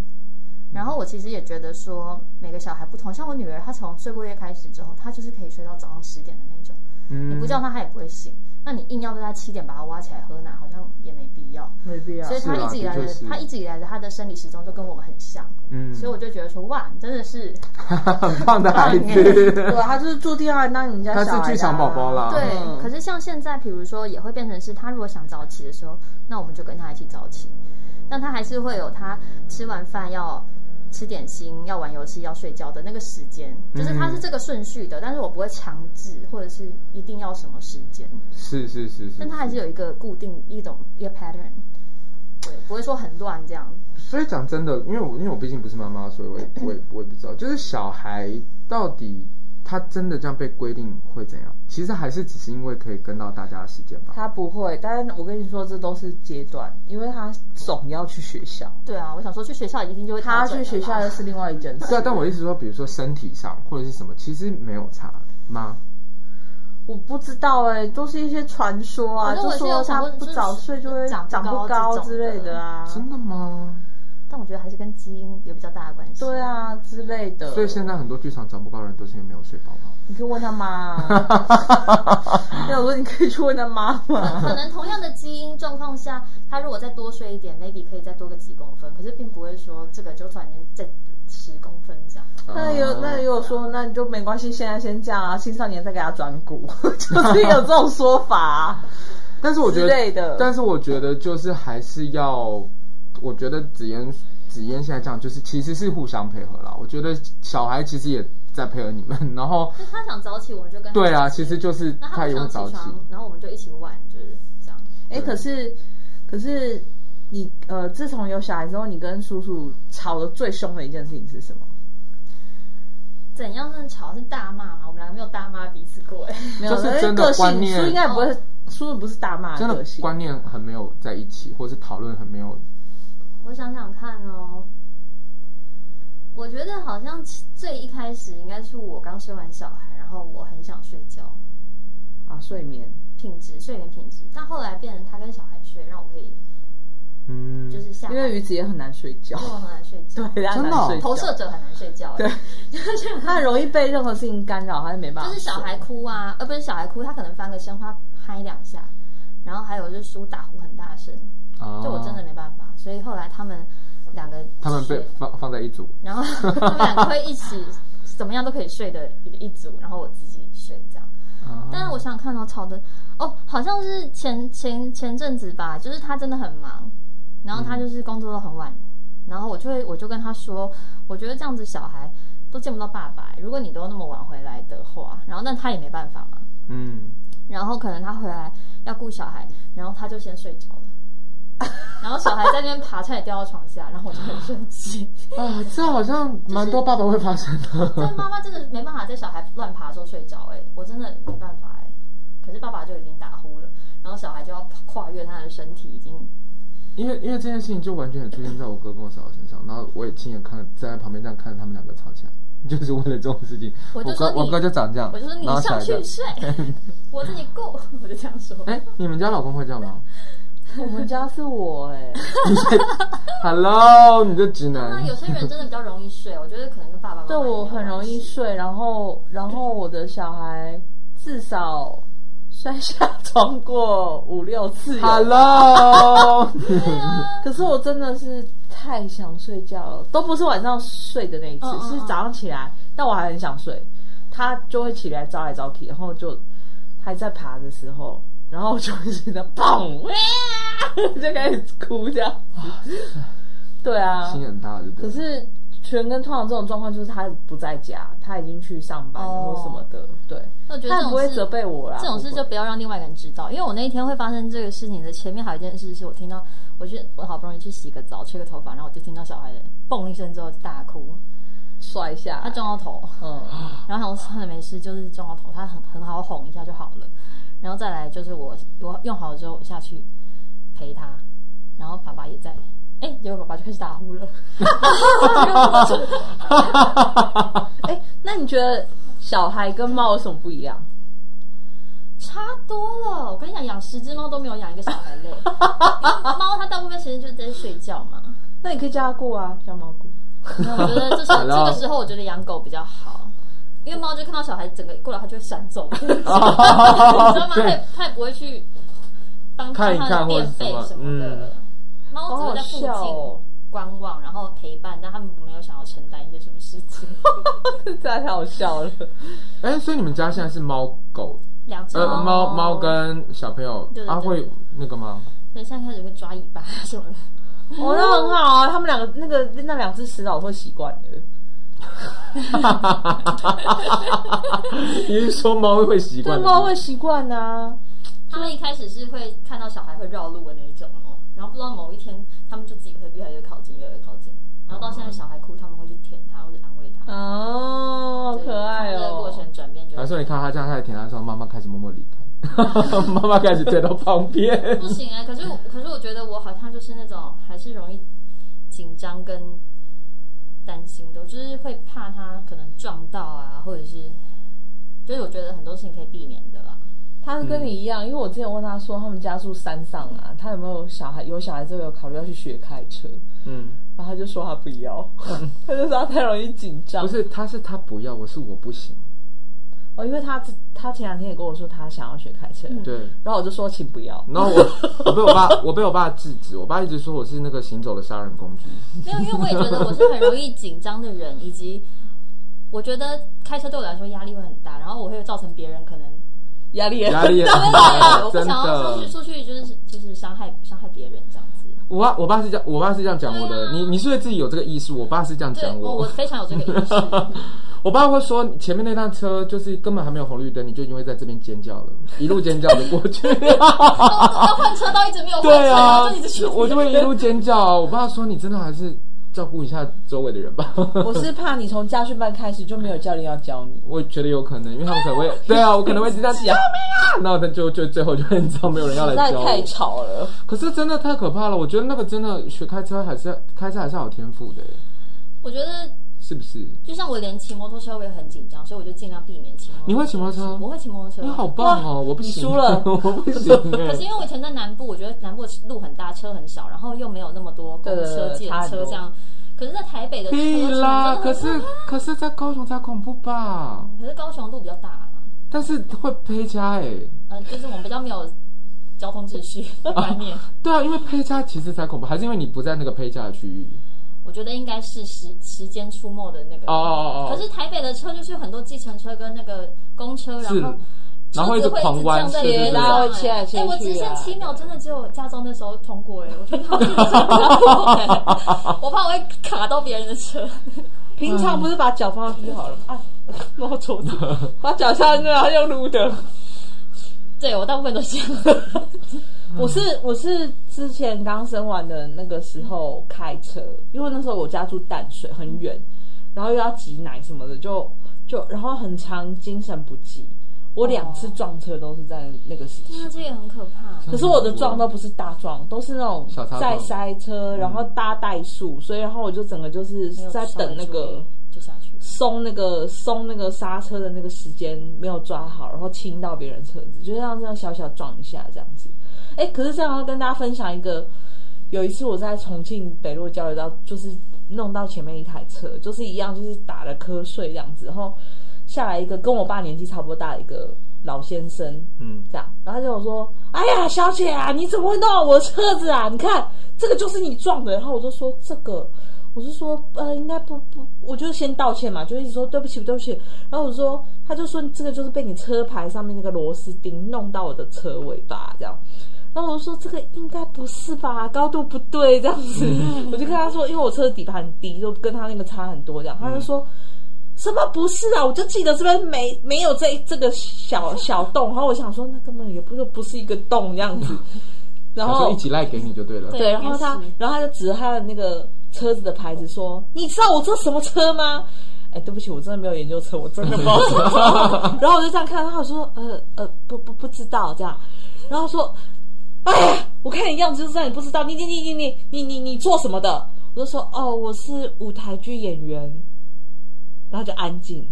S1: 然后我其实也觉得说，每个小孩不同，像我女儿，她从睡过夜开始之后，她就是可以睡到早上十点的那种。
S2: 嗯，
S1: 你不叫他，他也不会醒。那你硬要他七点把他挖起来喝奶，好像也没必要。
S3: 没必要
S1: 所以他一直以来的
S2: 是啊的确是，
S1: 他一直以来的他的生理时钟都跟我们很像，
S2: 嗯，
S1: 所以我就觉得说，哇，你真的是
S2: 很棒的孩
S3: 对
S2: 子，
S3: 啊，他就是注定要来当人家
S2: 他
S3: 小孩的啊、
S2: 是剧场宝宝啦
S1: 对。
S3: 嗯
S1: 可是像现在，比如说也会变成是，他如果想早起的时候，那我们就跟他一起早起，但他还是会有他吃完饭要。吃点心，要玩游戏，要睡觉的那个时间，就是他是这个顺序的，但是我不会强制或者是一定要什么时间。
S3: 嗯
S2: 是是是是，
S1: 但它还是有一个固定一种一个 pattern，对，不会说很乱这样。
S2: 所以讲真的，因为我因为我毕竟不是妈妈，所以我 也我也我也不知道，就是小孩到底他真的这样被规定会怎样？其实还是只是因为可以跟到大家的时间吧。
S3: 他不会，但是我跟你说，这都是阶段，因为他总要去学校，
S1: 对啊，我想说去学校一定就会
S3: 他
S1: 调整
S3: 去
S1: 的
S3: 学
S1: 啦
S3: 校又是另外一件事。
S2: 对啊，但我意思说，比如说身体上或者是什么，其实没有差吗？
S3: 我不知道哎、都是一些传说啊，
S1: 反正
S3: 就
S1: 我是
S3: 说
S1: 有想
S3: 他
S1: 过就
S3: 不
S1: 是
S3: 早睡就会
S1: 长不
S3: 长不
S1: 高
S3: 高
S1: 这种
S3: 之类
S1: 的
S3: 的啊，
S2: 真的吗？
S1: 但我觉得还是跟基因有比较大的关系。
S3: 对，啊之类的。
S2: 所以现在很多剧场长不高的人都是因为没有睡饱吗？
S3: 你可以问他妈、 啊，那我说你可以去问他妈妈。
S1: 可能同样的基因状况下，他如果再多睡一点，maybe 可以再多个几公分，可是并不会说这个就突然间再十公分这样。
S2: 啊
S3: 那有那也有说，那你就没关系，现在先这样啊，青少年再给他转股， 就是有这种说法啊、
S2: 但是我觉得，
S3: 之类的
S2: 但是我觉得就是还是要，我觉得紫嫣紫嫣现在这样，就是其实是互相配合啦。我觉得小孩其实也在配合你们， 然后
S1: 就他想早起，我们就跟他
S2: 对
S1: 早
S2: 啊，其
S1: 起
S2: 实就是
S1: 那
S2: 他
S1: 他
S2: 也
S1: 不想
S2: 会早
S1: 起
S2: 起，
S1: 床，然后我们就一起玩，就是这样。
S3: 哎、
S2: 对
S3: 可是可是你呃，自从有小孩之后，你跟叔叔吵得最凶的一件事情是什么？
S1: 怎样算吵？是大骂吗？我们两个没有大骂彼此过哎、
S3: 没有，
S2: 就是
S3: 那
S2: 真的
S3: 个性
S2: 观念
S3: 叔应该不
S1: 哦
S3: 会，叔叔不是大骂
S2: 真
S3: 个
S2: 的
S3: 性。啊
S2: 观念很没有在一起，或是讨论很没有。
S1: 我想想看哦，我觉得好像其最一开始应该是我刚生完小孩，然后我很想睡觉，
S3: 啊，睡眠
S1: 品质睡眠品质，但后来变成他跟小孩睡，让我可以
S2: 嗯，
S1: 就是下
S3: 因为鱼
S1: 因
S3: 子也很难睡觉，
S1: 为我很难睡觉，
S3: 对，他很
S2: 真的哦
S3: 难睡觉
S1: 哦投射，者很难睡觉，
S3: 对，
S1: 就是
S3: 他很容易被任何事情干扰，他就没办法
S1: 就
S3: 睡。
S1: 是小孩哭啊，呃，不是小孩哭，他可能翻个身，他嗨两下，然后还有就是书打呼很大声，
S2: 啊
S1: 就我真的没办法，所以后来他们两个
S2: 他们被
S1: 睡
S2: 放放在一组，
S1: 然后他们两个会一 起怎么样都可以睡的一组，然后我自己睡这样。
S2: 啊
S1: 但是我想想看哦，吵的哦，好像是前前前阵子吧，就是他真的很忙，然后他就是工作到很晚，然后我就会我就跟他说，我觉得这样子小孩都见不到爸爸，如果你都那么晚回来的话，然后但他也没办法嘛，
S2: 嗯，
S1: 然后可能他回来要顾小孩，然后他就先睡着了。 然后小孩在那边爬，差点掉到床下，然后我就很生气。
S2: 啊，这好像蛮多爸爸会发生
S1: 但
S2: 的。
S1: 妈妈真的没办法在小孩乱爬的时候睡着，哎，我真的没办法哎、可是爸爸就已经打呼了，然后小孩就要跨越他的身体，已经
S2: 因为因为这件事情就完全有出现在我哥跟我嫂嫂身上，然后我也亲眼看站在旁边这样看着他们两个吵起来， 就是为了这种事情。
S1: 我
S2: 我
S1: 就说
S2: 哥
S1: 你
S2: 我哥就长这样，
S1: 我就说你
S2: 然后
S1: 上
S2: 小孩这
S1: 去
S2: 样
S1: 睡，我自己够，我就这样 说。
S2: 哎，你们家老公会这 样吗
S3: 我们家是我哎、
S1: 哦
S2: ？Hello，你这直男
S1: 那。有些人真的比较容易睡，我觉得可能跟爸爸妈妈
S3: 对我很容易睡，然后然后我的小孩至少摔下床过五六次有吧
S2: Hello，
S1: 啊
S3: 可是我真的是太想睡觉了，都不是晚上睡的那一次，
S1: 嗯嗯
S3: 是
S1: 嗯
S3: 早上起来，但我还很想睡，他就会起来招来招去，然后就还在爬的时候，然后我就会觉得砰，哇 就开始哭这样子。对啊，啊
S1: 啊
S2: 心很大，对不对？
S3: 可是全根通常这种状况就是他不在家，他已经去上班了
S4: 哦
S3: 或什么的，对，
S1: 我觉得 这
S3: 他也
S1: 种
S3: 不会
S1: 事
S3: 责备我啦。
S1: 这种事
S3: 不会
S1: 就不要让另外一个人知道，因为我那一天会发生这个事情的前面还有一件事，是我听到我去我好不容易去洗个澡、吹个头发，然后我就听到小孩嘣一声之后就大哭，
S3: 摔一下
S1: 他，撞到头，
S3: 嗯，
S1: 然后想说算了没事，就是撞到头，他很很好哄一下就好了，然后再来就是我我用好了之后我下去陪他，然后爸爸也在，哎，结果爸爸就开始打呼了，
S3: 哎、那你觉得小孩跟猫有什么不一样？
S1: 差多了。我跟你讲，养十只猫都没有养一个小孩累，因为猫它大部分时间就在睡觉嘛。
S3: 那你可以叫他顾啊，叫猫顾。
S1: 那我觉得这时候这
S2: Hello
S1: 个时候，我觉得养狗比较好，因为猫就看到小孩整个过来，它就会闪 走，你知道吗？它也它也不会去当
S2: 看一
S1: 它
S2: 看
S1: 的
S2: 或者
S1: 便
S2: 什
S1: 费
S2: 么
S1: 什么的。猫只会在附
S3: 好好笑哦
S1: 近观望，然后陪伴，但它们没有想要承担一些什么事 情。
S3: 这太好笑了。
S2: 哎，所以你们家现在是猫狗，
S1: 两只
S2: 呃，
S1: 猫，
S2: 猫猫跟小朋友
S1: 哦对对
S2: 啊
S1: 对
S2: 会那个吗？
S1: 对，现在开始会抓尾巴什么的。
S3: 哦，那很好啊，他们两个那个那两只迟早会习惯的。
S2: 你是说猫会习
S3: 对，
S2: 惯的？
S3: 猫会习惯啊。
S1: 他们一开始是会看到小孩会绕路的那一种哦，然后不知道某一天他们就自己会越来越靠近，越来越靠近，然后到现在小孩哭，他们会去舔他或者安慰他。
S3: 哦，可爱
S1: 对这个过
S3: 哦。
S1: 程转变就
S2: 还是你看他这样，他在舔他的时候，妈妈开始默默离开， 妈妈开始退到旁边。
S1: 不行哎、可是我可是我觉得我好像就是那种还是容易紧张跟担心的，我就是会怕他可能撞到啊，或者是就是我觉得很多事情可以避免的 啦。
S3: 他是跟你一样，因为我之前问他说，他们家住山上啊，他有没有小孩？有小孩之后有考虑要去学开车，
S2: 嗯，
S3: 然后他就说他不要， 他就说他太容易紧张。
S2: 不是，他是他不要，我是我不行。
S3: 哦，因为他他前两天也跟我说他想要学开车，
S1: 嗯
S2: 对，
S3: 然后我就说请不要。
S2: 然后我我被我爸我被我爸制止，我爸一直说我是那个行走的杀人工具。
S1: 没有，因为我也觉得我是很容易紧张的人，以及我觉得开车对我来说压力会很大，然后我会造成别人可能
S3: 压力也
S2: 压力 也
S1: 对，啊
S2: 很大，
S1: 我不
S2: 真
S1: 想要出去
S2: 的。
S1: 出去就是就是伤害伤害别人这样子。
S2: 我爸我爸是这样，我爸是这样讲我
S1: 对
S2: 的。
S1: 啊
S2: 你你是不是自己有这个意识？我爸是这样
S1: 对，
S2: 讲
S1: 我
S2: 我
S1: 我非常有这个意识。
S2: 我爸会说，前面那辆车就是根本还没有红绿灯，你就已经会在这边尖叫 了，一路尖叫的过去。
S1: 要换车道一直没有换
S2: 对
S1: 车，然
S2: 啊
S1: 后就一直去，
S2: 我就会一路尖叫啊。我爸说，你真的还是照顾一下周围的人吧。
S3: 我是怕你从家训班开始就没有教练要教你。
S2: 我觉得有可能，因为他们可能 会，对啊，我可能会一直这样讲，救命啊！然后他就就最后就很糟，没有人要来
S3: 那也
S2: 教
S3: 太
S2: 我。
S3: 吵了，
S2: 可是真的太可怕了，我觉得那个真的学开车还是开车还是好天赋的，
S1: 我觉得
S2: 是不是？
S1: 就像我连骑摩托车我也很紧张，所以我就尽量避免骑摩托车。
S2: 你会骑摩托车
S1: 我会骑摩托车。
S2: 你好棒哦！我不行，
S3: 你输了
S2: 我不行哎、
S1: 可是因为我以前在南部，我觉得南部路很大，车很少，然后又没有那么多公
S3: 对对
S1: 车、
S3: 对
S1: 借
S3: 差很
S1: 车
S3: 多
S1: 这样。可是，在台北的车
S2: 屁哎啦！
S1: 真的
S2: 可
S1: 很
S2: 是可是在高雄才恐怖吧？
S1: 可是高雄路比较大啊，
S2: 但是会配加哎、
S1: 嗯，就是我们比较没有交通秩序 观念。
S2: 对啊，因为配加其实才恐怖，还是因为你不在那个配加的区域？
S1: 我觉得应该是时时间出没的那个。
S2: 哦哦哦
S1: 可
S2: 哦，
S1: 是台北的车就是很多计程车跟那个公车，然
S2: 是
S1: 后。
S2: 然后
S1: 车
S2: 一
S1: 子
S2: 直
S1: 会
S2: 狂
S1: 这
S2: 弯，
S1: 样在
S2: 对
S1: 你
S2: 对
S1: 身
S2: 对
S3: 拉
S1: 上
S3: 会切来切
S1: 哎我
S3: 去
S1: 直线
S3: 啊
S1: 七秒真的只有驾照那时候通过哎、我觉得好紧 张哦我怕我会卡到别人的 车。
S3: 平常不是把脚放上去就好了吗？啊， 摸桌子，把脚下去，然后用撸的。
S1: 对我大部分都是这样。
S3: 我是我是之前刚生完的那个时候开车，因为那时候我家住淡水很远，然后又要挤奶什么的，就就然后很常精神不济。我两次撞车都是在那个时期。
S1: 那这也很可怕。
S3: 可是我的撞都不是大撞，都是那种
S2: 小擦撞
S3: 在塞车，然后搭怠速，所以然后我就整个就是
S1: 没有
S3: 在
S1: 稍微
S3: 等那
S1: 注
S3: 个
S1: 意就下去。
S3: 松那个松那个刹车的那个时间没有抓好，然后亲到别人车子，就像这样小小撞一下这样子。哎，可是这样要跟大家分享一个，有一次我在重庆北路交流道，就是弄到前面一台车，就是一样就是打了瞌睡这样子，然后下来一个跟我爸年纪差不多大的一个老先生，
S2: 嗯，
S3: 这样，然后他就说：“哎呀，小姐啊，你怎么会弄到我车子啊？你看这个就是你撞的。”然后我就说：“这个，我是说，呃，应该不不，我就先道歉嘛，就一直说对不起，对不起。”然后我说，他就说：“这个就是被你车牌上面那个螺丝钉弄到我的车尾巴这样。”然后我就说这个应该不是吧，高度不对这样子。我就跟他说，因为我车的底盘很低，就跟他那个差很多这样。他就说。什么不是啊？我就记得这边没没有这这个小小洞，然后我想说，那根本也不是不是一个洞这样子。然
S2: 想
S3: 后
S2: 说一起赖给你就对了。
S3: 对，然后他
S1: 应该是，
S3: 然后他就指着他的那个车子的牌子说：“你知道我这什么车吗？”哎，对不起，我真的没有研究车，我真的不知道什么 车。然后我就这样看他，我说：“呃呃，不不不知道这样。”然后说：“哎呀，我看你样子就知道你不知道，你你你你你你你你做什么的？”我就说：“哦，我是舞台剧演员。”然后就安静。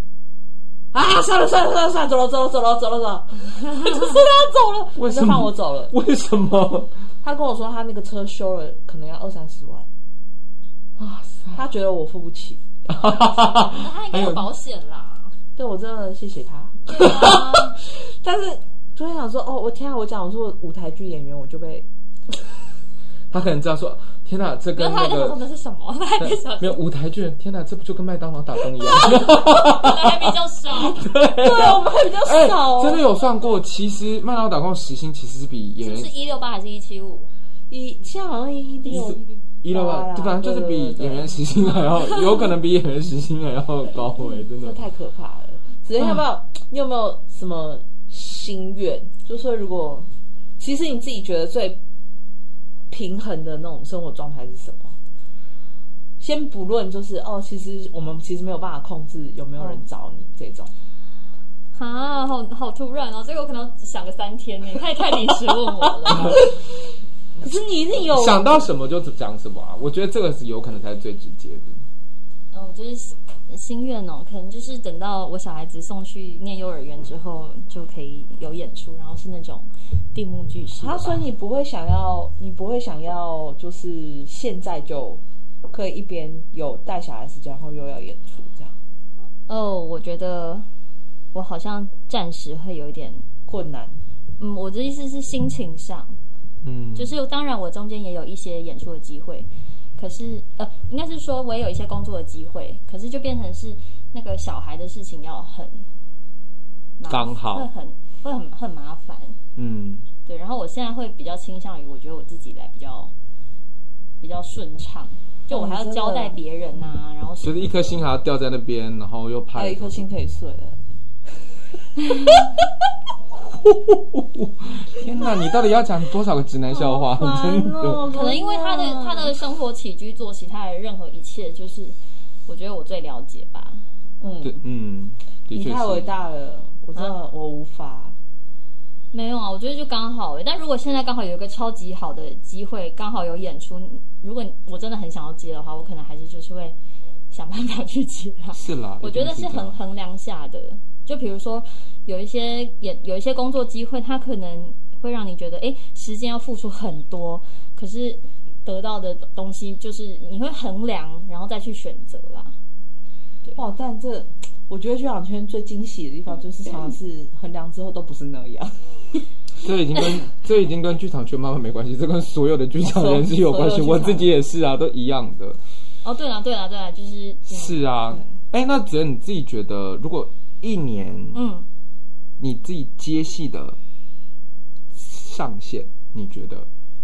S3: 啊，算了算了算了算了，走了走了走了走了走了， 就说他走
S2: 为
S3: 了，
S2: 什
S3: 就
S2: 么
S3: 放我走了。
S2: 为什么？
S3: 他跟我说他那个车修了可能要二三十万，
S2: 哇塞！
S3: 他觉得我付不起。
S1: 他应该有保险啦。
S3: 对我真的谢谢他，
S1: 对啊，
S3: 但是突然想说，哦，我天啊！我讲我说舞台剧演员，我就被
S2: 他可能知道说，天哪，这
S1: 没有
S2: 跟
S1: 他还在
S2: 那
S1: 想
S2: 个
S1: 那是什 么，他还在想
S2: 没有舞台剧，天哪，这不就跟麦当劳打工一样？
S1: 可能还比较 少。
S3: 对 我们还比较
S2: 哎、
S3: 少、哦
S2: 真的有算过，其实麦当劳打工时薪其实是比演 员
S1: 是一六八还是一七五？
S3: 以现在好像一六
S2: 一六
S3: 对
S2: 八，
S3: 啊
S2: 就反正就是比
S3: 对对对
S2: 演员时薪还要，有可能比演员时薪还要高哎、真
S3: 这
S2: 的。
S3: 太可怕了。子燕，要不要？你有没有什么心愿？就是说，如果其实你自己觉得最平衡的那种生活状态是什么？先不论，就是哦，其实我们其实没有办法控制有没有人找你这种。
S1: 啊，好好突然哦！这个我可能要想个三天呢，他也太临时问我了。
S3: 可是你一定有
S2: 想到什么就讲什么啊！我觉得这个是有可能才是最直接的。
S1: 嗯，我就是心心愿哦，可能就是等到我小孩子送去念幼儿园之后，就可以有演出，然后是那种闭幕剧式的吧。
S3: 啊，所以你不会想要，你不会想要，就是现在就可以一边有带小孩时间，然后又要演出这样
S1: 哦，我觉得我好像暂时会有一点，
S3: 困难。
S1: 嗯，我的意思是心情上，
S2: 嗯，
S1: 就是当然我中间也有一些演出的机会，可是呃，应该是说我也有一些工作的机会，可是就变成是那个小孩的事情要很麻
S2: 刚好
S1: 会很会很很麻烦，
S2: 嗯，
S1: 对。然后我现在会比较倾向于，我觉得我自己来比较比较顺畅，就我还要
S3: 哦真的
S1: 交代别人呐、然后什
S2: 就
S1: 么
S2: 是一颗心还要掉在那边，然后又怕
S3: 还有一颗心可以碎了。
S2: 天哪，你到底要讲多少个直男笑话？
S3: 哦
S2: 真的，
S1: 可能因为他的他的生活起居作息，他的任何一切，就是我觉得我最了解吧。
S2: 对
S3: 嗯，，
S2: 嗯，的
S3: 你
S2: 确
S3: 太伟
S2: 是。
S3: 大了，我真的我无法。
S1: 没有啊，我觉得就刚好、欸。但如果现在刚好有一个超级好的机会，刚好有演出，如果我真的很想要接的话，我可能还是就是会想办法去接啊。
S2: 是啦，
S1: 我觉得
S2: 一定
S1: 是
S2: 这样
S1: 衡衡量下的。就比如说，有一些也有一些工作机会，它可能会让你觉得，哎，时间要付出很多，可是得到的东西就是你会衡量，然后再去选择啦。
S3: 哇，但这我觉得剧场圈最惊喜的地方，就是常常是衡量之后都不是那样。
S2: 这已经跟 这已经跟剧场圈妈妈没关系，这跟所有的剧场人是有关系。
S3: 所有
S2: 我
S3: 剧场
S2: 自己也是啊，都一样的。
S1: 哦，对啦，对啦，对啦，就是这样
S2: 是啊，哎，那只能你自己觉得，如果一年
S1: 嗯，
S2: 你自己接戏的上限，你觉得？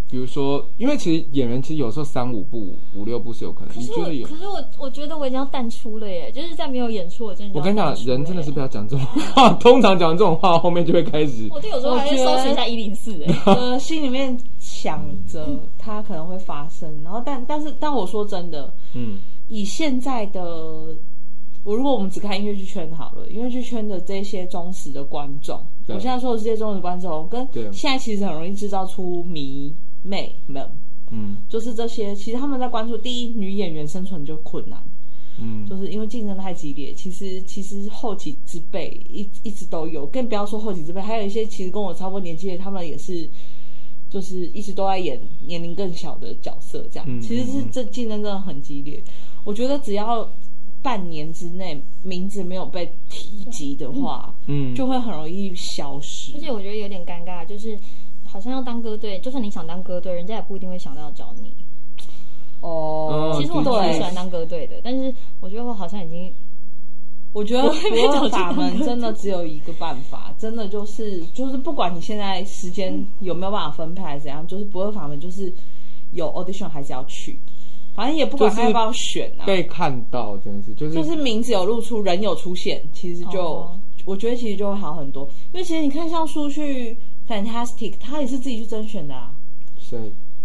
S2: 比如说，因为其实演员其实有时候三五部、五六部是有可能。
S1: 可
S2: 你
S1: 是
S2: 觉
S1: 我
S2: 得有？
S1: 可是我我觉得我已经要淡出了耶，就是在没有演出，我真的就
S2: 我
S1: 要
S2: 跟你讲
S1: 淡，出了耶
S2: 人真的是不要讲这种话。 通常讲这种话，后面就会开始
S1: 我就有时候还会搜寻一下一零四 哎，
S3: 呃，心里面想着它可能会发生，然后但但是但我说真的，
S2: 嗯，
S3: 以现在的我，如果我们只看音乐剧圈好了，音乐剧圈的这些忠实的观众，
S2: 对
S3: 我现在说的这些忠实观众，跟
S2: 对
S3: 现在其实很容易制造出迷妹们，
S2: 嗯
S3: 就是这些，其实他们在关注第一女演员生存就困难，
S2: 嗯，
S3: 就是因为竞争太激烈。其实其实后起之辈一一直都有，更不要说后起之辈，还有一些其实跟我差不多年纪的，他们也是。就是一直都在演年龄更小的角色，这样、
S2: 嗯
S3: 其实是这竞争真的很激烈。我觉得只要半年之内名字没有被提及的话，
S2: 嗯
S3: 就会很容易消失
S1: 而。且我觉得有点尴尬，就是好像要当歌队，就算你想当歌队，人家也不一定会想到要找你。
S3: 哦
S2: 嗯
S1: 其实我
S2: 哦的
S1: 蛮
S2: 确
S1: 喜欢当歌队的，但是我觉得我好像已经
S3: 我觉 得
S1: 边
S3: 不
S1: 找
S3: 二
S1: 去
S3: 法
S1: 当
S3: 门
S1: 歌
S3: 真的只有一个办法，真的就是就是不管你现在时间有没有办法分配还是怎样，就是不二法门就是有 audition 还是要去，反正也不管
S2: 就是
S3: 他要不要选啊，
S2: 被看到真的是就是
S3: 就是名字有露出，人有出现，其实就、
S1: 哦
S3: 我觉得其实就会好很多，因为其实你看像苏去 Fantastic，他也是自己去甄选的啊，
S2: 谁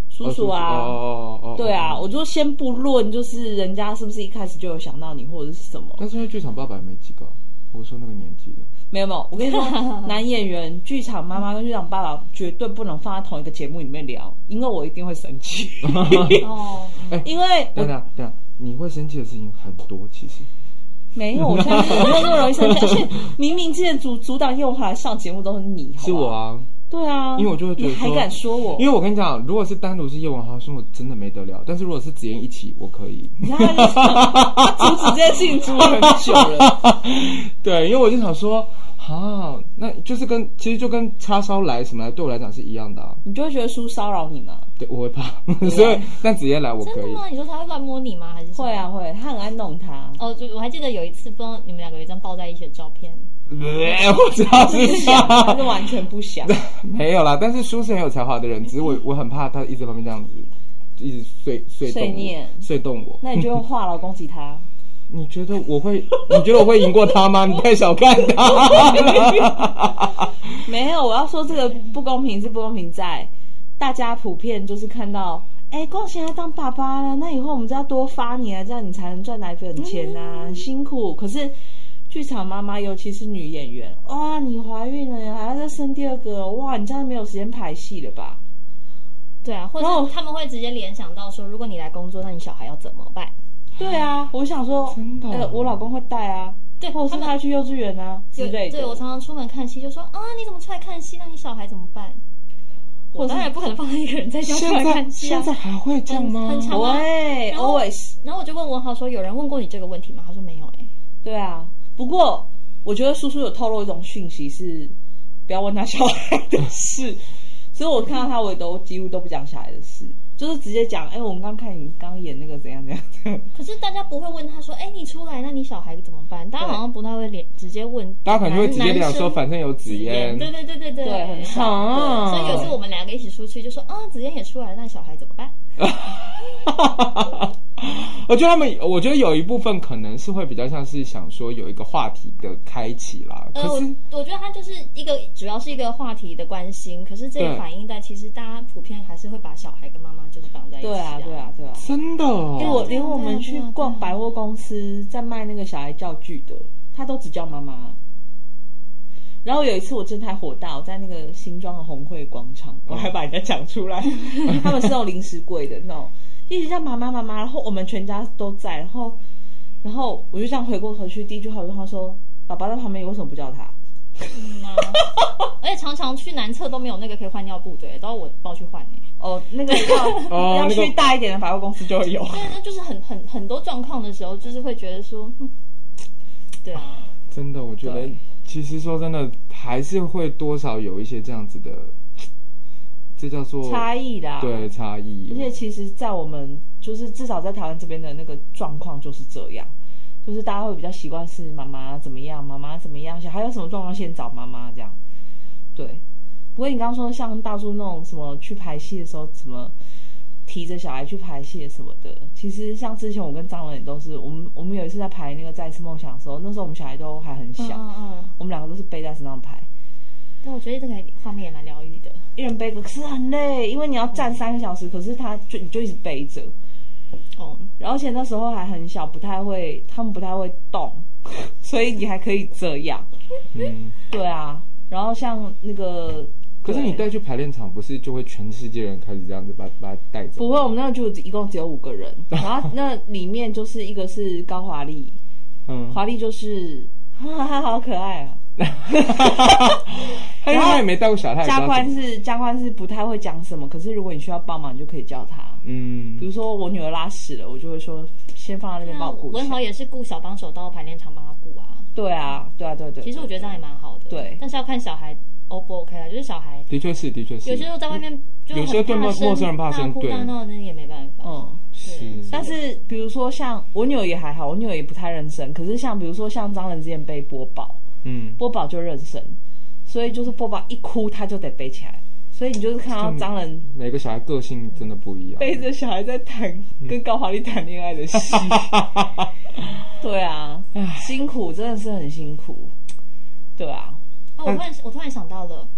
S3: 叔
S2: 哦
S3: 叔啊。
S2: 哦哦哦，哦
S3: 对啊，我就先不论，就是人家是不是一开始就有想到你或者是什么，
S2: 但是因为剧场爸爸也没几个啊，我说那个年纪的，
S3: 没有没有，我跟你 说，男演员、剧场妈妈跟剧场爸爸绝对不能放在同一个节目里面聊，因为我一定会生 气。
S1: 哦，嗯
S3: 因为
S2: 等
S3: 我
S2: 等等等，你会生气的事情很多，其实
S3: 没有，我现在我没有那么容易生气，而且明明之前组组长用华来上节目都是你，好
S2: 是
S3: 不好
S2: 我，啊，
S3: 对啊，
S2: 因为我就会觉得
S3: 你还
S2: 说
S3: 敢说我，
S2: 因为我跟你讲，如果是单独是叶文豪说，我真的没得了；但是如果是子妍一起，我可以。
S3: 你看他就是他 阻止这件事情阻止很久 了，
S2: 对，因为我就想说，啊，那就是跟其实就跟叉烧来什么来，对我来讲是一样的、啊。
S3: 你就会觉得叔骚扰你嘛？
S2: 对，啊我会怕， 所以但子妍来我
S1: 真
S2: 可
S1: 的
S2: 以。
S1: 吗？你说他会乱摸你吗？还是什么
S3: 会？啊会，他很爱弄他。
S1: 哦，就我还记得有一次，不知道你们两个有一张抱在一起的照片，
S2: 呃 我知道
S3: 不
S2: 是
S3: 想，他
S2: 他
S3: 就，完全不想。
S2: 没有啦。但是叔是很有才华的人，只 是我我很怕他一直在旁边这样子，一直碎碎
S3: 碎
S2: 动
S3: 念
S2: 我，碎动我。
S3: 那你就用话痨攻击他。
S2: 你觉得我会？你觉得我会赢过他吗？你太小看他 了。
S3: 没有，我要说这个不公平是不公平在大家普遍就是看到，哎，光贤要当爸爸了，那以后我们就要多发你啊，这样你才能赚奶粉钱啊，
S2: 嗯
S3: 很辛苦。可是剧场妈妈，尤其是女演员，哇，你怀孕了，还要再生第二个，哇，你这样没有时间排戏了吧？
S1: 对啊，或
S3: 然后
S1: 者他们会直接联想到说，如果你来工作，那你小孩要怎么办？
S3: 对啊，我想说，
S2: 真的哦
S3: 呃，我老公会带啊，
S1: 对，
S3: 或者
S1: 他
S3: 是
S1: 们
S3: 他去幼稚园啊之
S1: 对
S3: 类的。
S1: 对我常常出门看戏，就说啊，你怎么出来看戏？那你小孩怎么办？
S3: 或
S1: 我
S3: 者
S1: 当然不可能放在一个人在家出
S2: 现
S1: 来
S2: 在
S1: 看戏啊
S2: 现。在还会这样吗？
S1: 很很常
S3: 喂
S1: 啊然后
S3: ，always，
S1: 然后我就问文豪说，有人问过你这个问题吗？他说没有、哎，
S3: 对啊，不过我觉得叔叔有透露一种讯息是，不要问他小孩的事。所以我看到他，我也都几乎都不讲小孩的事，就是直接讲，哎、我们刚看你刚演那个怎样怎样怎样。
S1: 可是大家不会问他说，哎，你出来，那你小孩怎么办？大家
S3: 对
S1: 好像不太会连直接问，
S2: 大家可能就会直接
S1: 男
S2: 讲
S1: 男
S2: 说，
S1: 生
S2: 反正有紫嫣，
S1: 对对对对对，
S3: 对很少
S2: 啊
S1: 所以有一次我们两个一起出去，就说啊，子嫣也出来了，那小孩怎么办？
S2: 我觉得他们，我觉得有一部分可能是会比较像是想说有一个话题的开启啦。
S1: 呃，
S2: 可
S1: 我
S2: 是，
S1: 我觉得它就是一个主要是一个话题的关心，可是这
S2: 对
S1: 也反映在其实大家普遍还是会把小孩跟妈妈就是绑在一起、
S3: 对啊，对啊，对啊。
S2: 真的哦，
S3: 因为我连我们去逛百货公司，在卖那个小孩教具的，他都只叫妈妈。然后有一次我真的太火大，我在那个新庄的红会广场，我还把人家讲 出来，他们是那种零食柜的那种，一直叫妈妈妈妈，然后我们全家都在，然后然后我就这样回过头去，第一句话我就跟他说：“爸爸在旁边，你为什么不叫他
S1: 嗯啊而且常常去男厕都没有那个可以换尿布的，都要我抱去 换、欸、？”
S3: 哦，那个要、
S2: 哦那
S3: 要
S2: 个
S3: 去大一点的百货公司就 会有。
S1: 对，那就是很很很多状况的时候，就是会觉得说，嗯、对啊，
S2: 真的，我觉得
S3: 对
S2: 其实说真的，还是会多少有一些这样子的，这叫做
S3: 差异啊啦，
S2: 对差异。
S3: 而且其实，在我们就是至少在台湾这边的那个状况就是这样，就是大家会比较习惯是妈妈怎么样，妈妈怎么样，小孩有什么状况先找妈妈这样。对，不过你刚刚说像大叔那种什么去排戏的时候，怎么提着小孩去排戏什么的，其实像之前我跟张伦也都是，我们我们有一次在排那个《再一次梦想》的时候，那时候我们小孩都还很
S1: 嗯
S3: 小，
S1: 嗯嗯，
S3: 我们两个都是背在身上排。
S1: 但我觉得这个画面也蛮疗愈的。
S3: 一人背个，可是很累，因为你要站三个小时，可是他就你就一直背着，
S1: 哦，
S3: 而且那时候还很小，不太会，他们不太会动， 所以你还可以这样。
S2: 嗯，
S3: 对啊，然后像那个，
S2: 可是你带去排练场，不是就会全世界人开始这样子把把他带走？
S3: 不会，我们那个就一共只有五 个人，然后那里面就是一个是高华丽，
S2: 嗯，
S3: 华丽就是 哈哈好可爱啊。
S2: 哎他因为他也没带过小孩，他也不知
S3: 加
S2: 道
S3: 宽
S2: 怎么
S3: 是加宽是不太会讲什么，可是如果你需要帮忙，你就可以叫他。比
S2: 嗯，
S3: 如说我女儿拉屎了，我就会说先放在那边帮
S1: 那
S3: 我顾一
S1: 文
S3: 下
S1: 豪。也是雇小帮手到排练场帮他雇啊。
S3: 对啊，对啊，对对。
S1: 其实我觉得这样也蛮好的，
S3: 对
S1: 但是要看小孩 O 不 OK 啊，就是小孩
S2: 的确是，的确是，
S1: 有时候在外面就
S2: 有些对陌陌生人怕
S1: 大
S2: 生
S1: 哭
S2: 对
S1: 大闹，那也没办法。
S3: 嗯，
S2: 是，
S3: 但是比如说像我女儿也还好，我女儿也不太认生。可是像比如说像张人之前背波宝，
S2: 嗯，
S3: 波宝就认生，所以就是波宝一哭他就得背起来，所以你就是看到张人
S2: 每个小孩个性真的不一样，
S3: 背着小孩在谈跟高华丽谈恋爱 的戏。对啊，辛苦真的是很辛苦。对啊，
S1: 哦，我突然我突然想到了，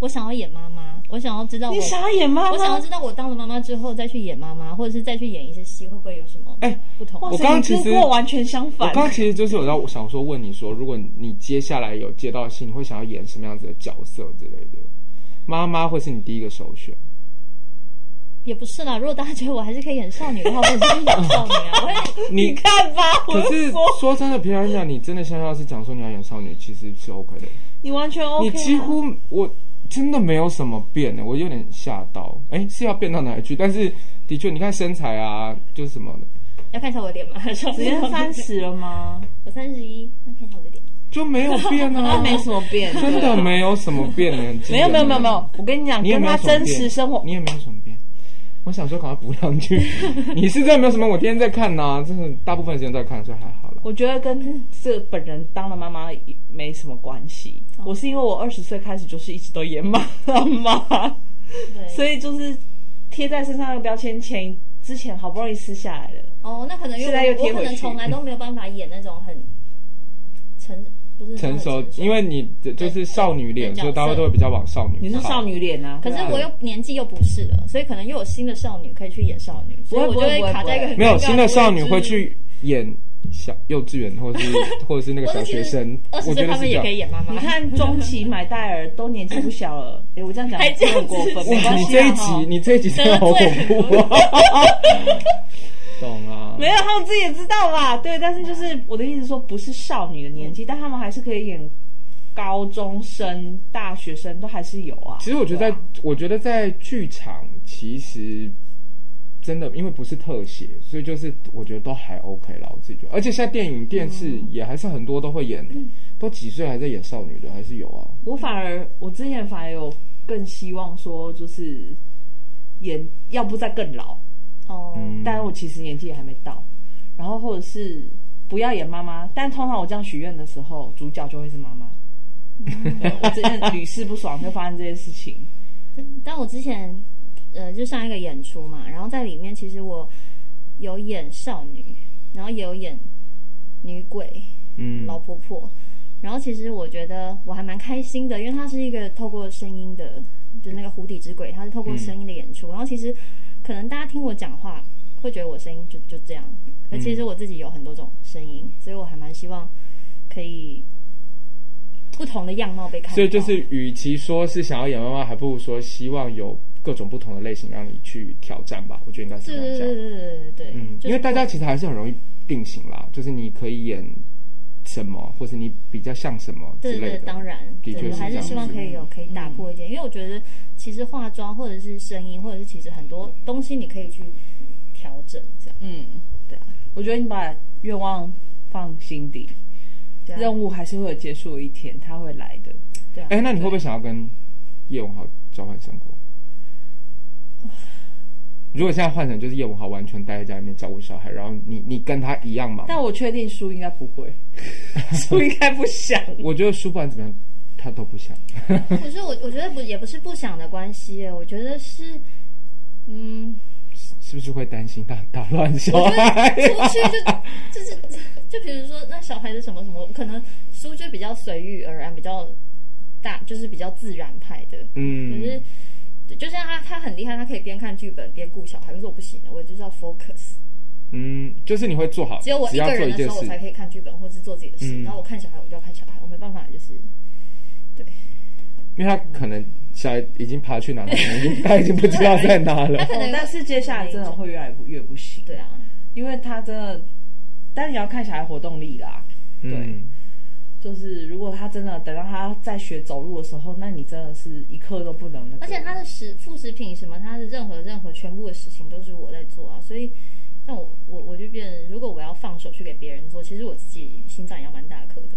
S1: 我想要演妈妈，我想要知道我
S3: 你想要演妈
S1: 我想要
S3: 妈
S1: 知？道我当了妈妈之后再去演妈妈，或者是再去演一些戏，会不会有什么
S2: 哎
S1: 不同？
S2: 我
S3: 哇塞
S2: 刚刚
S3: 你
S2: 其实
S3: 跟我完全相
S2: 我
S3: 反。
S2: 刚刚其实就是有要想说问你说，如果你接下来有接到戏，你会想要演什么样子的角色之类的？妈妈会是你第一个首 选，
S1: 也不是啦，如果大家觉得我还是可以演少女的话，我也是演少女啊。我也
S2: 你
S3: 看吧，我
S2: 可
S3: 就是说
S2: 说真的，平常讲，你真的现在要是讲说你要演少女，其实是 OK 的。
S3: 你完全 OK
S2: 你
S3: 啊。
S2: 几乎我真的没有什么变的，我有点吓到。哎，是要变到哪里去？但是的确，你看身材啊，就是什么的，
S1: 要看一下我的脸吗？还是要
S3: 直接三，十 了吗？
S1: 我三十一，那看一下我的脸。
S2: 就没有变
S3: 那
S2: 啊，
S3: 没什么变，
S2: 真
S3: 对
S2: 的没有什么变的。很惊
S3: 没有
S2: 人
S3: 没有没有没有，，我跟你讲，
S2: 你也
S3: 跟
S2: 没有
S3: 他
S2: 什么
S3: 真
S2: 变
S3: 实生活
S2: 你也没有什么变。 我想说，赶快补上去。你是真的没有什么？我天天在看呐、真的大部分时间在看，所以还好了。
S3: 我觉得跟这本人当了妈妈也没什么关系。我是因为我二十岁开始就是一直都演妈妈，
S1: 对，
S3: 所以就是贴在身上那个标签前之前好不容易撕下来了。
S1: 哦，那可能因
S3: 现在
S1: 为
S3: 又
S1: 我我
S3: 贴回
S1: 可能
S3: 去
S1: 从来都没有办法演那种很成不是
S2: 成熟
S1: 很，
S2: 因为你的就是少女脸，
S1: 对
S2: 所以大家
S1: 角色
S2: 都会比较往少女靠。
S3: 你是少女脸啊，
S1: 可是
S3: 对啊
S1: 我
S2: 嗯
S1: 又年纪又不是了，所以可能又有新的少女可以去演少女，所以我
S3: 不
S1: 就
S3: 会不会
S1: 卡在一个很
S2: 没
S1: 尴
S2: 有
S1: 尬
S2: 新的少女会
S1: 位置
S2: 去演小幼稚园，或者是或者是那个小学生。
S1: 二十
S2: 我觉
S1: 岁
S2: 得
S1: 他
S2: 是
S1: 们
S2: 这
S1: 也
S2: 样
S1: 可。以演妈妈。
S3: 你，看钟琪、买戴尔都年纪不小了， 哎，我这样讲
S1: 还这样
S3: 很过分，
S1: 子
S3: 没
S2: 哇，
S3: 关
S2: 你
S3: 系
S2: 这一
S3: 啊
S2: 集
S3: 哈。
S2: 你这一集真的好恐怖、啊。 懂啊？
S3: 没有，他们自己也知道啦。对，但是就是我的意思是说，不是少女的年
S2: 嗯
S3: 纪，但他们还是可以演高中生、大学生，都还是有啊。
S2: 其实我觉得在，
S3: 对啊
S2: 我觉得在剧场，其实真的因为不是特写，所以就是我觉得都还 OK 啦。我自己觉得，而且现在电影、电视
S1: 嗯
S2: 也还是很多都会演，都几岁还在演少女的，还是有啊。
S3: 我反而我之前反而有更希望说，就是演要不再更老，
S1: 哦，
S2: 嗯，
S3: 但是我其实年纪也还没到，然后或者是不要演妈妈，但通常我这样许愿的时候，主角就会是妈妈。
S2: 嗯
S3: 对我之前屡试不爽，就发生这些事情。
S1: 但我之前呃，就上一个演出嘛，然后在里面其实我有演少女，然后也有演女鬼
S2: 嗯，
S1: 老婆婆，然后其实我觉得我还蛮开心的，因为它是一个透过声音的，就那个湖底之鬼，它是透过声音的演出，然后其实可能大家听我讲话会觉得我声音就就这样，可其实我自己有很多种声音，所以我还蛮希望可以不同的样貌被看到，
S2: 所以就是，与其说是想要演妈妈，还不如说希望有各种不同的类型让你去挑战吧。我觉得应该是
S1: 对
S2: 这
S1: 对
S2: 样
S1: 对
S2: 讲。
S1: 对对对对，
S2: 嗯，
S1: 就是
S2: 因为大家其实还是很容易定型啦，就是你可以演什么，或是你比较像什么之
S1: 对
S2: 类
S1: 对，
S2: 的。
S1: 当然，
S2: 的确
S1: 对，我
S2: 是
S1: 还
S2: 这
S1: 是
S2: 样
S1: 希望
S2: 子嗯
S1: 可以有可以打破一点，因为我觉得其实化妆或者是声音，或者是其实很多东西你可以去调整，这样
S3: 嗯，
S1: 对啊，
S3: 我觉得你把愿望放心底，
S1: 对啊
S3: 任务还是会有结束的一天，它会来的。
S1: 对啊，
S2: 哎、那你会不会想要跟叶文豪交换生活？如果现在换成就是叶文豪完全待在家里面照顾小孩，然后你你跟他一样忙，
S3: 但我确定书应该不会，书应该不想。
S2: 我觉得书不管怎么样，他都不想。
S1: 可是我我觉得不也不是不想的关系耶，我觉得是， 嗯，
S2: 是不是会担心他打乱小
S1: 我觉
S2: 孩？
S1: 得出去就就是就比如说那小孩子什么什么，可能书就比较随遇而安，比较大，就是比较自然派的，可
S2: 嗯，
S1: 是，对就像他，他很厉害，他可以边看剧本边顾小孩。可是我不行的，我就是要 focus。
S2: 嗯，就是你会做好，
S1: 只有我一
S2: 要
S1: 个
S2: 做
S1: 人
S2: 一
S1: 的
S2: 件
S1: 时候，我才
S2: 事。
S1: 可以看剧本或是做自己的事。
S2: 嗯
S1: 然后我看小孩，我就要看小孩，我没办法，就是
S2: 因为他可能小孩已经爬去哪了， 可能已经他已经不知道在哪了
S1: 他。可
S3: 哦
S1: 能、
S3: 但是接下来真的会越来越不行，
S1: 对啊，
S3: 因为他真的，但你要看小孩活动力啦。
S2: 嗯，
S3: 就是如果他真的等到他在学走路的时候，那你真的是一刻都不能那个。
S1: 而且 他的食副食品什么，他的任何任何全部的事情都是我在做啊，所以。那我我我就变，如果我要放手去给别人做，其实我自己心脏也要蛮大颗的。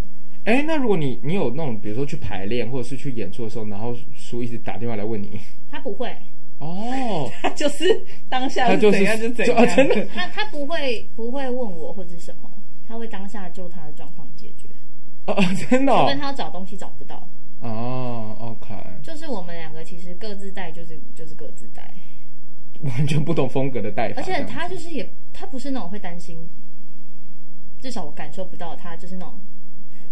S2: 哎、那如果你 你有那种，比如说去排练或者是去演出的时候，然后书一直打电话来问你，
S1: 他不会，
S2: 哦，
S3: 他就是当下
S2: 他
S3: 是
S2: 就是
S3: 怎样就怎
S2: 就
S3: 样，
S2: 啊 真的
S1: 他他不会不会问我或者什么，他会当下就他的状况解决，
S2: 哦，真的
S1: 除
S2: 哦
S1: 非，他要找东西找不到。
S2: 哦，OK，
S1: 就是我们两个其实各自带，就是就是各自带，
S2: 完全不同风格的带法
S1: 而
S2: 这
S1: 且
S2: 样子，
S1: 他就是也他不是那种会担心，至少我感受不到他就是那种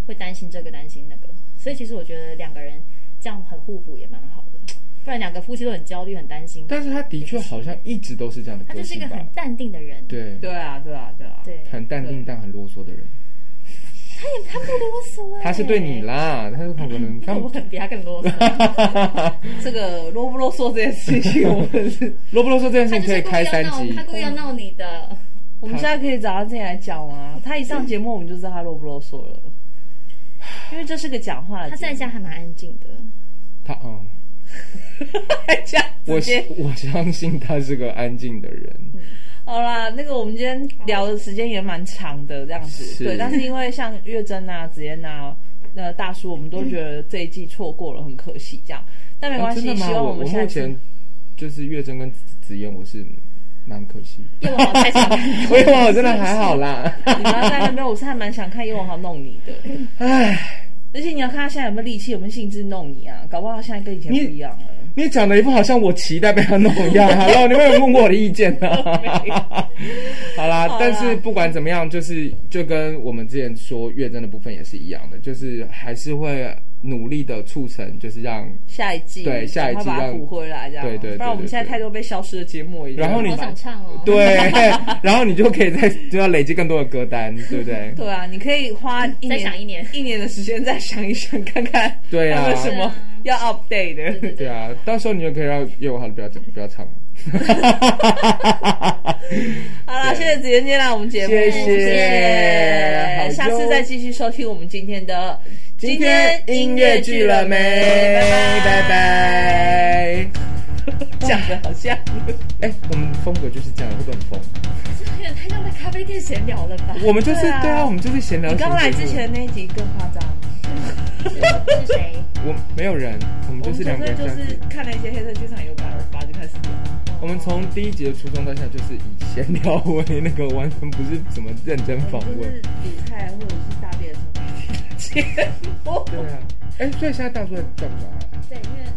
S1: 会担心这个担心那个，所以其实我觉得两个人这样很互补也蛮好的，不然两个夫妻都很焦虑很担心，
S2: 但是他的确好像一直都是这样的
S1: 他
S2: 个
S1: 就是一
S2: 性
S1: 个
S2: 吧
S1: 很，淡定的人，
S2: 对，
S3: 对啊对啊对啊，
S1: 对，
S2: 很淡定但很啰嗦的人，
S1: 他也他不啰嗦、欸，
S2: 他是对你，啦，他是可 能他
S1: 我可能比他更啰嗦。
S3: 这个啰不啰嗦这件事情，我们是，
S2: 啰不啰嗦这件事
S1: 他
S2: 情
S1: 就是
S2: 可以开三集
S1: 他，故意要闹你的。
S3: 我们现在可以找他进来讲啊。他一上节目我们就知道他啰不啰嗦了，因为这是个讲话
S1: 他
S3: 的节
S1: 在
S3: 目。
S1: 家还蛮安 静的，
S2: 他哦，
S3: 在家
S2: 我
S3: 直接
S2: 我相信他是个安静的人，
S3: 好啦，那个我们今天聊的时间也蛮长的，这样
S2: 是
S3: 子对。但是因为像月珍啊、子嫣啊、呃大叔，我们都觉得这一季错过了，很可惜这样。但没
S2: 啊
S3: 关
S2: 真
S3: 系，
S2: 的吗？
S3: 希望
S2: 我我
S3: 们下
S2: 目
S3: 次
S2: 前就是月珍跟紫嫣，我是蛮可惜 的。
S1: 夜晚太想看。
S2: 我以为我真的 还好啦，
S3: 你妈在那边，我是还蛮想看叶文豪弄你的。
S2: 唉，
S3: 而且你要看他现在有没有力气，有没有兴致弄你啊？搞不好他现在跟以前不一样了。
S2: 你讲的一副好像我期待被他弄 一样。好了，你们有问过我的意见 呢、
S3: 没有
S2: 好啦
S3: 好啦，
S2: 但是不管怎么样，就是就跟我们之前说月真的部分也是一样的，就是还是会努力的促成，就是 让。
S3: 下一季
S2: 对下一季
S3: 赶快把它
S2: 让
S3: 补回来，这样。
S2: 对对对
S3: 不然我们现在太多被消失的节目已经。
S2: 然后你
S1: 好想唱哦。
S2: 对，然后你就可以再就要累积更多的歌单，对不 对？
S3: 对啊，你可以花一
S1: 嗯再
S3: 年
S1: 想一年
S3: 一年的时间再想一想，看看
S2: 对啊
S3: 还有没有什么要 update 的。
S1: 对
S2: 对
S1: 对，
S2: 啊，到时候你就可以让叶文豪不要不要唱了。
S3: 好啦，谢谢子妍姐来我们节目，
S2: 谢谢好哟
S3: 下次再继续收听我们今天的
S2: 今天音乐剧了没？拜
S3: 拜
S2: 拜。
S3: 拜，讲的好像。
S2: 哎，我们风格就是这样，会不会很疯？
S1: 这也太像在咖啡店闲聊了吧？
S2: 我们就是
S3: 对啊
S2: 对啊，我们就是闲聊型
S3: 你
S2: 节目。
S3: 刚来之前那一集更夸张，
S1: 是谁？
S2: 我没有人，我们
S3: 我
S2: 就
S3: 们
S2: 是两个人这
S3: 就
S2: 样
S3: 是
S2: 子。
S3: 看了一些黑色剧场有感而发就开始聊。
S2: 我们从第一集的初衷到现在，就是以闲聊为那个，完全不是怎么认真访
S3: 就
S2: 问
S3: 是。比赛或者是大便的时候节目。
S2: 对啊，哎，所以现在大叔在叫不叫啊？
S1: 对，因为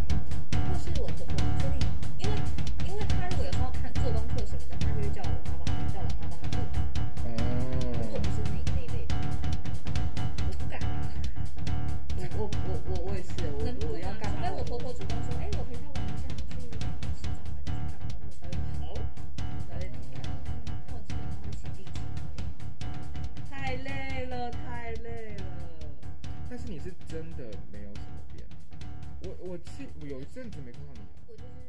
S1: 或是我我我确定，因为因为他如果有时候看做功课什么的，他就会叫我妈妈叫我妈妈做。如果
S2: 哦
S1: 不，是那那一类的，我不敢。
S3: 我我我我也是，
S1: 能
S3: 我
S1: 不
S3: 我要
S1: 吗？
S3: 干
S1: 除非？
S3: 嘛
S1: 我婆婆主动说，哎，我陪她玩一下，你去洗澡玩去干嘛？我才会好，我才会听她。那我基本上会请立起。
S3: 太累了，太累了。
S2: 但是你是真的没有什么变。我我是我有一阵子没看到你。啊
S1: 我就是。